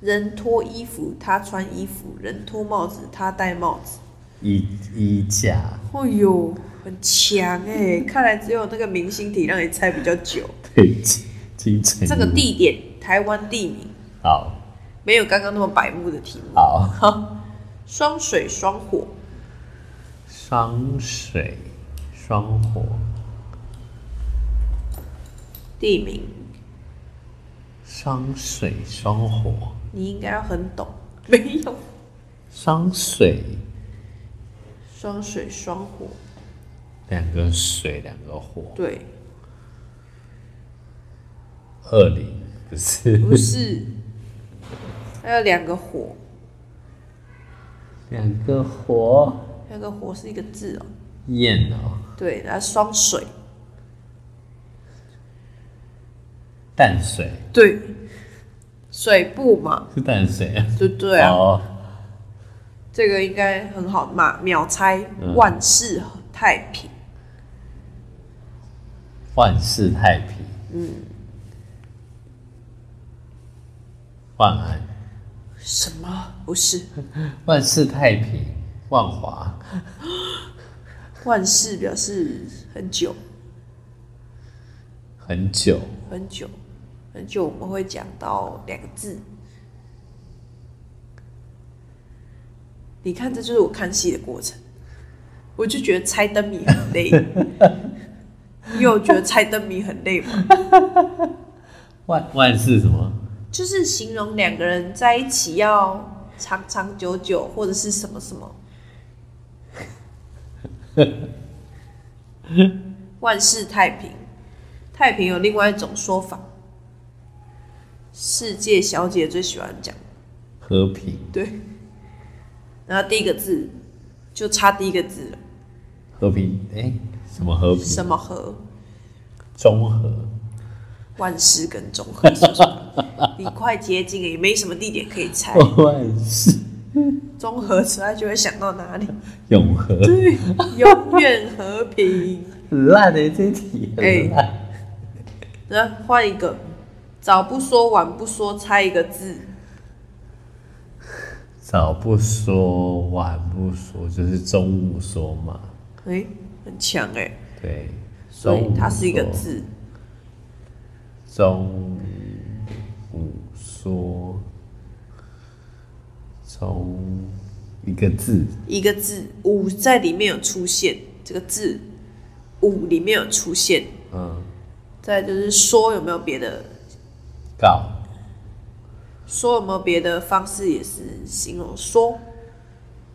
[SPEAKER 1] 人脱衣服，他穿衣服；人脱帽子，他戴帽子。
[SPEAKER 2] 衣衣架。
[SPEAKER 1] 哦呦，很强哎、 看来只有那个明星体让你猜比较久。
[SPEAKER 2] 对，金金城武
[SPEAKER 1] 这个地点，台湾地名，
[SPEAKER 2] 好
[SPEAKER 1] 没有刚刚那么白目的题目。
[SPEAKER 2] 好
[SPEAKER 1] 好，双水双火，
[SPEAKER 2] 双水双火
[SPEAKER 1] 地名
[SPEAKER 2] 双水双火
[SPEAKER 1] 你应该要很懂。没有，
[SPEAKER 2] 双水
[SPEAKER 1] 双水双火，
[SPEAKER 2] 两个水两个火
[SPEAKER 1] 对，
[SPEAKER 2] 二零不是
[SPEAKER 1] 不是，还有两个火，
[SPEAKER 2] 两个火
[SPEAKER 1] 那个火是一个字哦、
[SPEAKER 2] 焰哦
[SPEAKER 1] 对，然后双水，
[SPEAKER 2] 淡水
[SPEAKER 1] 对，水部嘛，
[SPEAKER 2] 是淡水啊
[SPEAKER 1] 对不对啊？
[SPEAKER 2] 哦
[SPEAKER 1] 这个应该很好嘛，秒猜
[SPEAKER 2] 嗯
[SPEAKER 1] 万事太平，
[SPEAKER 2] 万事太平嗯万安
[SPEAKER 1] 什么不是？
[SPEAKER 2] 万事太平万华
[SPEAKER 1] 万事表示很久
[SPEAKER 2] 很久
[SPEAKER 1] 很久很久，我们会讲到两个字。你看，这就是我看戏的过程。我就觉得猜灯谜很累，你有觉得猜灯谜很累吗？
[SPEAKER 2] 万万事什么
[SPEAKER 1] 就是形容两个人在一起要长长久久，或者是什么什么。万事太平，太平有另外一种说法，世界小姐最喜欢讲，
[SPEAKER 2] 和平
[SPEAKER 1] 对。然后第一个字就差第一个字了，
[SPEAKER 2] 和平哎、什么和平
[SPEAKER 1] 什么和
[SPEAKER 2] 中和
[SPEAKER 1] 万事跟综合是什么，你快接近了，也没什么地点可以 猜，
[SPEAKER 2] 万事
[SPEAKER 1] 综合出来就会想到哪里。
[SPEAKER 2] 永和
[SPEAKER 1] 对，永远和平。
[SPEAKER 2] 很烂的、这一题
[SPEAKER 1] 哎
[SPEAKER 2] 很烂。
[SPEAKER 1] 那换一个，早不说晚不说，猜一个字。
[SPEAKER 2] 早不说，晚不说，就是中午说嘛。
[SPEAKER 1] 哎、很强哎、
[SPEAKER 2] 对，
[SPEAKER 1] 所
[SPEAKER 2] 中
[SPEAKER 1] 以
[SPEAKER 2] 午
[SPEAKER 1] 它是一个
[SPEAKER 2] 说。
[SPEAKER 1] 字。
[SPEAKER 2] 中午说，中一个字，
[SPEAKER 1] 一个字“五”在里面有出现，这个字“五”里面有出现。
[SPEAKER 2] 嗯，
[SPEAKER 1] 再来就是说有没有别的，
[SPEAKER 2] 告
[SPEAKER 1] 说有没有别的方式也是形容说，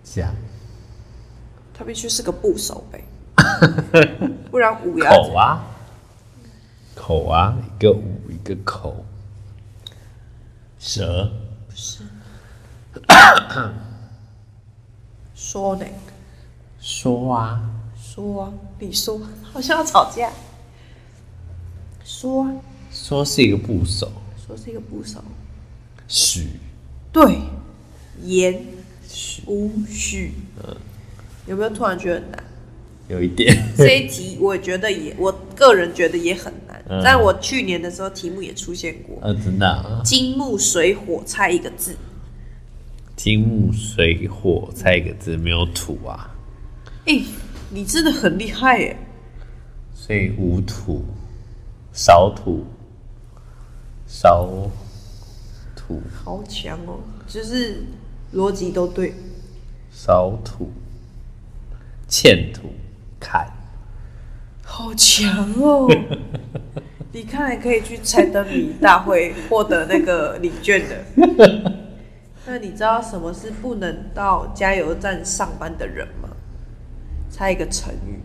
[SPEAKER 2] 讲
[SPEAKER 1] 它必须是个部首 呗，不然五要
[SPEAKER 2] 口啊，口啊，一个五，一个口，蛇
[SPEAKER 1] 说呢？
[SPEAKER 2] 说啊，
[SPEAKER 1] 说啊，你说，好像要吵架。说啊，
[SPEAKER 2] 说是一个部首，
[SPEAKER 1] 说是一个部首。
[SPEAKER 2] 许
[SPEAKER 1] 对，言
[SPEAKER 2] 许
[SPEAKER 1] 无许。有没有突然觉得很难？
[SPEAKER 2] 有一点，
[SPEAKER 1] 这一题我觉得也，我个人觉得也很难。
[SPEAKER 2] 嗯
[SPEAKER 1] 但我去年的时候题目也出现过，
[SPEAKER 2] 呃，真的、啊，
[SPEAKER 1] 金木水火猜一个字，
[SPEAKER 2] 金木水火，猜一个字没有土啊，
[SPEAKER 1] 哎、你真的很厉害耶！
[SPEAKER 2] 所以无土，少土，少土，
[SPEAKER 1] 好强哦，就是逻辑都对。
[SPEAKER 2] 少土，欠土，砍，
[SPEAKER 1] 好强哦！你看来可以去猜灯谜大会获得那个礼券的。那你知道什么是不能到加油站上班的人吗？猜一个成语，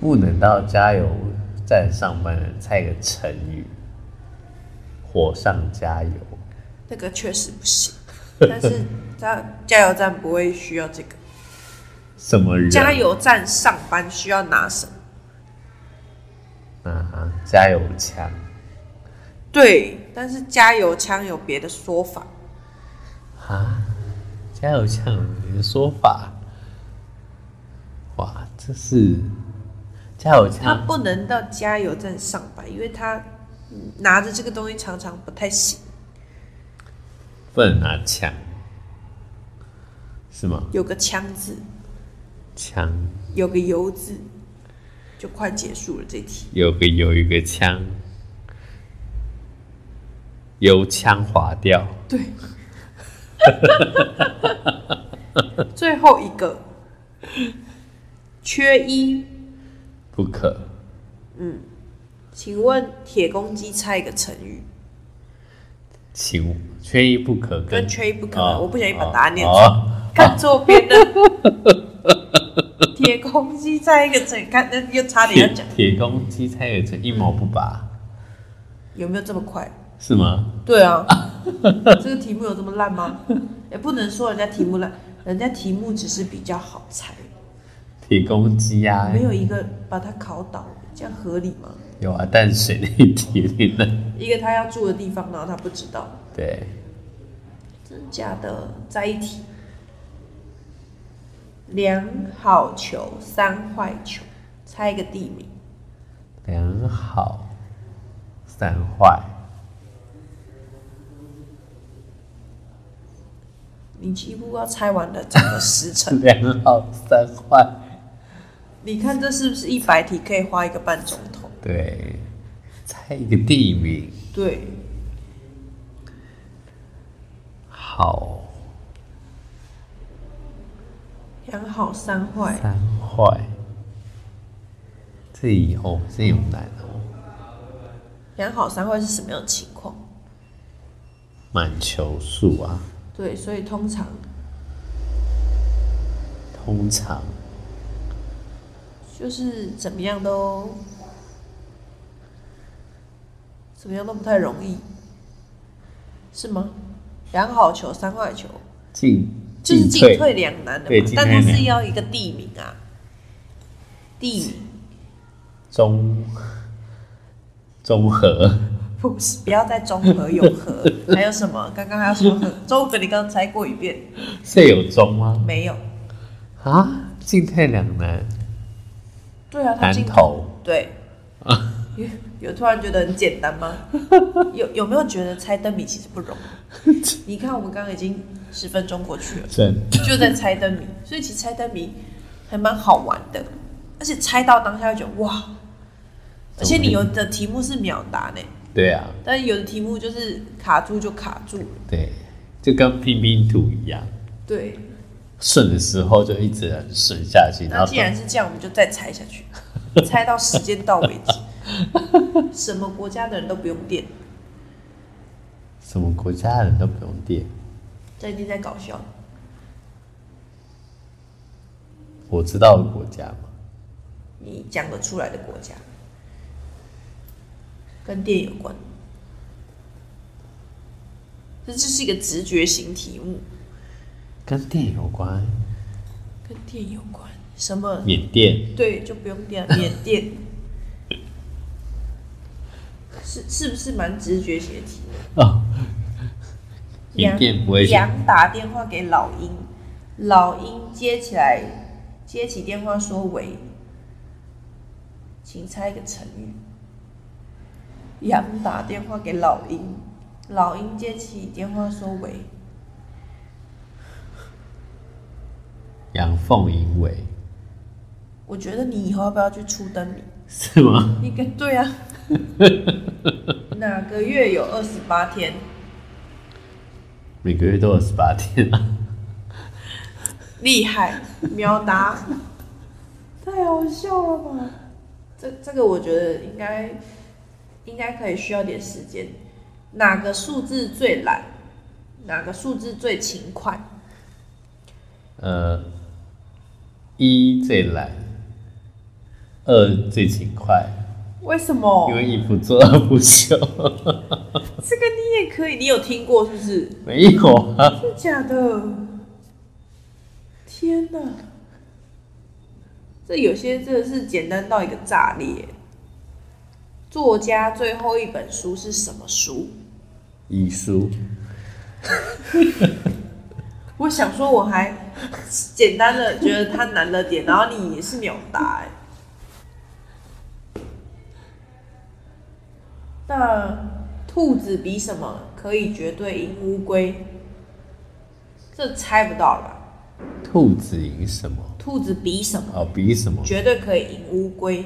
[SPEAKER 2] 不能到加油站上班的人，猜一个成语，火上加油，
[SPEAKER 1] 那个确实不行，但是加加油站不会需要这个。
[SPEAKER 2] 什么人？
[SPEAKER 1] 加油站上班需要拿什么？
[SPEAKER 2] 啊，加油枪，
[SPEAKER 1] 对，但是加油枪有别的说法，
[SPEAKER 2] 加油枪，你的说法，哇，这是加油
[SPEAKER 1] 他
[SPEAKER 2] 枪，
[SPEAKER 1] 不能到加油站上班，因为他嗯拿着这个东西常常不太行。
[SPEAKER 2] 不能拿啊枪，是吗？
[SPEAKER 1] 有个枪字，
[SPEAKER 2] 枪
[SPEAKER 1] 有个油字，就快结束了这题。
[SPEAKER 2] 有个有一个枪，油枪划掉，
[SPEAKER 1] 对，最后一个缺一，
[SPEAKER 2] 不可
[SPEAKER 1] 请问铁公鸡猜一个成语，
[SPEAKER 2] 请缺一不可跟
[SPEAKER 1] 跟缺一不可能。
[SPEAKER 2] 哦
[SPEAKER 1] 我不小心把答案念错，
[SPEAKER 2] 哦
[SPEAKER 1] 看错边了。铁公鸡猜一个成语，看那又差点要
[SPEAKER 2] 铁
[SPEAKER 1] 讲，
[SPEAKER 2] 铁公鸡猜也成一毛不拔，
[SPEAKER 1] 有没有这么快？
[SPEAKER 2] 是吗？
[SPEAKER 1] 对啊， 这个题目有这么烂吗？也不能说人家题目烂，人家题目只是比较好猜，
[SPEAKER 2] 铁公鸡呀、
[SPEAKER 1] 没有一个把它考倒，这样合理吗？
[SPEAKER 2] 有啊，淡水那一题有点难。
[SPEAKER 1] 一个他要住的地方，然后他不知道，
[SPEAKER 2] 对，
[SPEAKER 1] 真假的在一起。两好球，三坏球，猜一个地名。
[SPEAKER 2] 良好，三坏，，
[SPEAKER 1] 你几乎要猜完了整个时 辰
[SPEAKER 2] 良好三坏，
[SPEAKER 1] 你看这是不是一百题可以花一个半钟头？
[SPEAKER 2] 对，猜一个地名，
[SPEAKER 1] 对，
[SPEAKER 2] 好
[SPEAKER 1] 两好三坏，
[SPEAKER 2] 三坏，这以后这有难哦，
[SPEAKER 1] 两好三坏是什么样的情况？
[SPEAKER 2] 满球数啊，
[SPEAKER 1] 对，所以通常
[SPEAKER 2] 通常
[SPEAKER 1] 就是怎么样都怎么样都不太容易，是吗？两好球，三坏球，
[SPEAKER 2] 进
[SPEAKER 1] 就是进
[SPEAKER 2] 退
[SPEAKER 1] 退两难的
[SPEAKER 2] 对
[SPEAKER 1] 嘛
[SPEAKER 2] 进。
[SPEAKER 1] 但
[SPEAKER 2] 退
[SPEAKER 1] 它
[SPEAKER 2] 两
[SPEAKER 1] 是要一个地名啊，地名
[SPEAKER 2] 中中和
[SPEAKER 1] 不是不要再中和永 和，还有什么？刚刚还有什么和？中和你刚刚猜过一遍，
[SPEAKER 2] 是有中吗？
[SPEAKER 1] 没有。
[SPEAKER 2] 啊，进退两难，
[SPEAKER 1] 对啊，他
[SPEAKER 2] 南
[SPEAKER 1] 进
[SPEAKER 2] 投
[SPEAKER 1] 对，有有突然觉得很简单吗？有有没有觉得猜灯谜其实不容 易？你看我们刚刚已经十分钟过去了，
[SPEAKER 2] 真的
[SPEAKER 1] 就在猜灯谜，所以其实猜灯谜还蛮好玩的，而且猜到当下就觉得哇，而且你有的题目是秒答呢，
[SPEAKER 2] 对啊，
[SPEAKER 1] 但是有的题目就是卡住就卡住了，
[SPEAKER 2] 对，就跟拼拼图一样，
[SPEAKER 1] 对。
[SPEAKER 2] 顺的时候就一直很顺下去，然
[SPEAKER 1] 那
[SPEAKER 2] 后
[SPEAKER 1] 既然是这样，我们就再猜下 去，猜到时间到为止。什么国家的人都不用电，
[SPEAKER 2] 什么国家的人都不用电，
[SPEAKER 1] 这一定在搞笑。
[SPEAKER 2] 我知道的国家嘛，
[SPEAKER 1] 你讲得出来的国家，跟电有关。这就是一个直觉型题目，
[SPEAKER 2] 跟电有关，
[SPEAKER 1] 跟电有关。什么？
[SPEAKER 2] 缅甸、
[SPEAKER 1] 对，就不用电了。缅甸 是是不是蛮直觉型的题目？
[SPEAKER 2] 哦，缅
[SPEAKER 1] 羊
[SPEAKER 2] 甸不会选
[SPEAKER 1] 羊打电话给老鹰，老鹰接起来，接起电话说喂，请猜一个成语。羊打电话给老鹰，老鹰接起电话说喂，
[SPEAKER 2] 阳奉阴违
[SPEAKER 1] 我觉得你以后要不要去出灯 谜？
[SPEAKER 2] 是吗？
[SPEAKER 1] 你跟对 啊，哪个月有二十八天？
[SPEAKER 2] 每个月都有十八天啊，
[SPEAKER 1] 厉害，秒答，太好笑了吧？这这个我觉得应该应该可以需要点时间。哪个数字最懒？哪个数字最勤快？
[SPEAKER 2] 呃，一最懒，二最勤快，
[SPEAKER 1] 为什么
[SPEAKER 2] 因？为一不做二不休，
[SPEAKER 1] 这个你也可以，你有听过是不是？
[SPEAKER 2] 没有啊，
[SPEAKER 1] 真的假的？天哪！这有些真的是简单到一个炸裂。作家最后一本书是什么书？
[SPEAKER 2] 遗书。
[SPEAKER 1] 我想说我还简单的觉得它难了点，然后你也是秒答、欸。那兔子比什么可以绝对赢乌龟？这猜不到了吧？
[SPEAKER 2] 兔子赢什么？
[SPEAKER 1] 兔子比什么
[SPEAKER 2] 哦，比什么？
[SPEAKER 1] 绝对可以赢乌龟？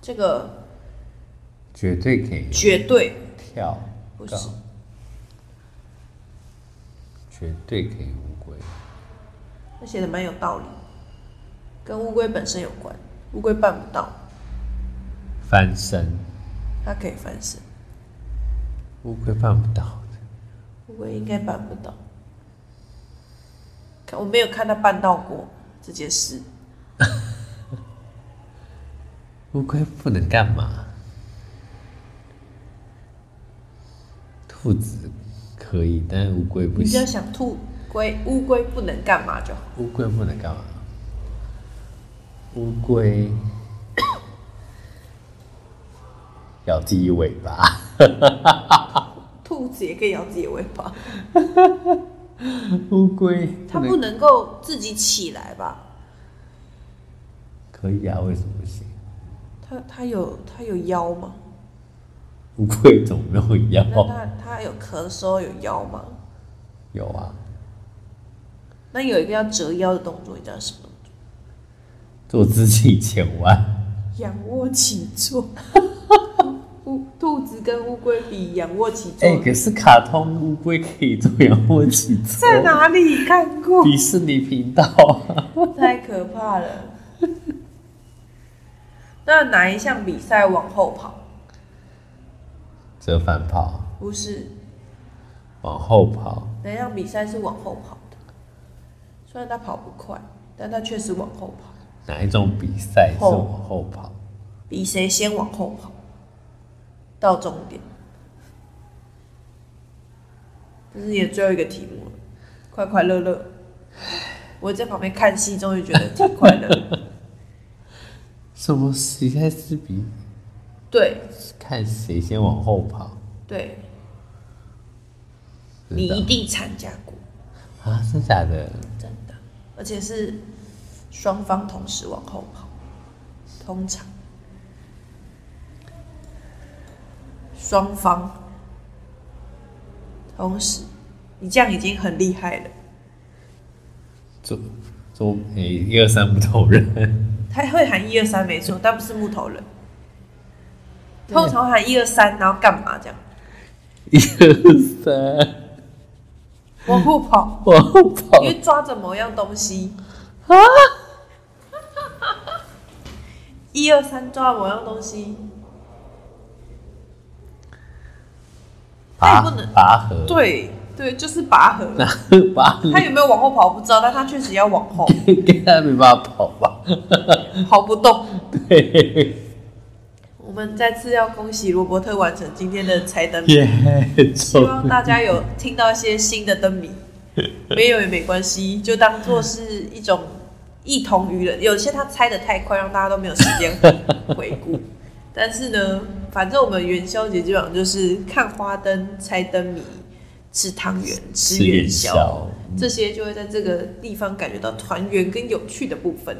[SPEAKER 1] 这个
[SPEAKER 2] 绝对可以
[SPEAKER 1] 绝对
[SPEAKER 2] 跳
[SPEAKER 1] 不是
[SPEAKER 2] 高，绝对可以乌龟。
[SPEAKER 1] 那写的蛮有道理，跟乌龟本身有关。乌龟办不到，
[SPEAKER 2] 翻身，
[SPEAKER 1] 它可以翻身。
[SPEAKER 2] 乌龟办不到。
[SPEAKER 1] 我应该办不到。看我没有看他办到过这件事，
[SPEAKER 2] 乌龟不能干嘛？兔子可以，但是乌龟不
[SPEAKER 1] 你只要
[SPEAKER 2] 行。
[SPEAKER 1] 想兔龟乌龟不能干嘛就好。
[SPEAKER 2] 乌龟不能干嘛？乌龟 咬自己尾 巴，
[SPEAKER 1] 兔子也可以咬自己的尾巴，
[SPEAKER 2] 乌龟
[SPEAKER 1] 它不能够自己起来吧？
[SPEAKER 2] 可以啊？为什么不行？
[SPEAKER 1] 它它有它有腰吗？
[SPEAKER 2] 乌龟怎么没有
[SPEAKER 1] 那
[SPEAKER 2] 腰？
[SPEAKER 1] 它它有咳的时候有腰吗？
[SPEAKER 2] 有啊，
[SPEAKER 1] 那有一个要折腰的动作，你知道是什么
[SPEAKER 2] 坐
[SPEAKER 1] 动作？
[SPEAKER 2] 姿起前弯，
[SPEAKER 1] 仰卧起 坐。乌兔子跟乌龟比仰卧起坐，
[SPEAKER 2] 哎、可是卡通乌龟可以做仰卧起坐，
[SPEAKER 1] 在哪里看过？
[SPEAKER 2] 迪士尼频道啊，
[SPEAKER 1] 太可怕了。那哪一项比赛往后跑？
[SPEAKER 2] 折返跑，
[SPEAKER 1] 不是，
[SPEAKER 2] 往后跑，
[SPEAKER 1] 哪一项比赛是往后跑的？虽然他跑不快，但他确实往后跑。
[SPEAKER 2] 哪一种比赛是
[SPEAKER 1] 后
[SPEAKER 2] 往后跑？
[SPEAKER 1] 比谁先往后跑到终点。这是你的最后一个题目了，快快乐乐。我在旁边看戏，终于觉得挺快乐的。
[SPEAKER 2] 什么比赛是比
[SPEAKER 1] 对
[SPEAKER 2] 看谁先往后跑？
[SPEAKER 1] 对，
[SPEAKER 2] 真
[SPEAKER 1] 你
[SPEAKER 2] 的
[SPEAKER 1] 一定参加过。
[SPEAKER 2] 啊，真假的？
[SPEAKER 1] 真的，而且是双方同时往后跑，通常双方同时，你这样已经很厉害了。
[SPEAKER 2] 做做诶一二三木头人，
[SPEAKER 1] 他会喊一二三没错，但不是木头人。通常喊一二三，然后干嘛这样？
[SPEAKER 2] 一二三，
[SPEAKER 1] 往后跑，
[SPEAKER 2] 往后跑
[SPEAKER 1] 因为抓着某样东西。
[SPEAKER 2] 啊！
[SPEAKER 1] 一二三，抓某样东西。
[SPEAKER 2] 拔
[SPEAKER 1] 那也不能
[SPEAKER 2] 拔河，
[SPEAKER 1] 对对，就是拔河。
[SPEAKER 2] 拿拔河
[SPEAKER 1] 他有没有往后跑不知道，但他确实要往 后
[SPEAKER 2] 跟他没办法跑吧？
[SPEAKER 1] 跑不动。
[SPEAKER 2] 对，
[SPEAKER 1] 我们再次要恭喜罗伯特完成今天的猜 灯谜，
[SPEAKER 2] 耶，
[SPEAKER 1] 希
[SPEAKER 2] 终
[SPEAKER 1] 望大家有听到一些新的灯 谜，没有也没关系，就当做是一种一同娱乐。有些他猜的太快，让大家都没有时间回 顾。但是呢，反正我们元宵节基本上就是看花灯、猜灯谜、吃汤圆、吃
[SPEAKER 2] 吃
[SPEAKER 1] 元
[SPEAKER 2] 元
[SPEAKER 1] 宵，
[SPEAKER 2] 宵，
[SPEAKER 1] 这些就会在这个地方感觉到团圆跟有趣的部分。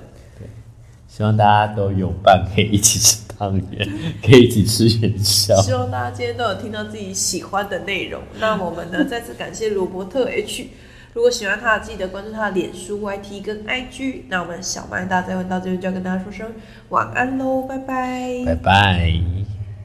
[SPEAKER 2] 希望大家都有伴，可以一起吃汤圆，可以一起吃元宵。
[SPEAKER 1] 希望大家今天都有听到自己喜欢的内容。那我们呢，再次感谢罗伯特 H。如果喜欢他的，记得关注他的脸书、YT 跟 IG。那我们小麦大再问到这边就要跟大家说声晚安喽，拜拜
[SPEAKER 2] 拜拜。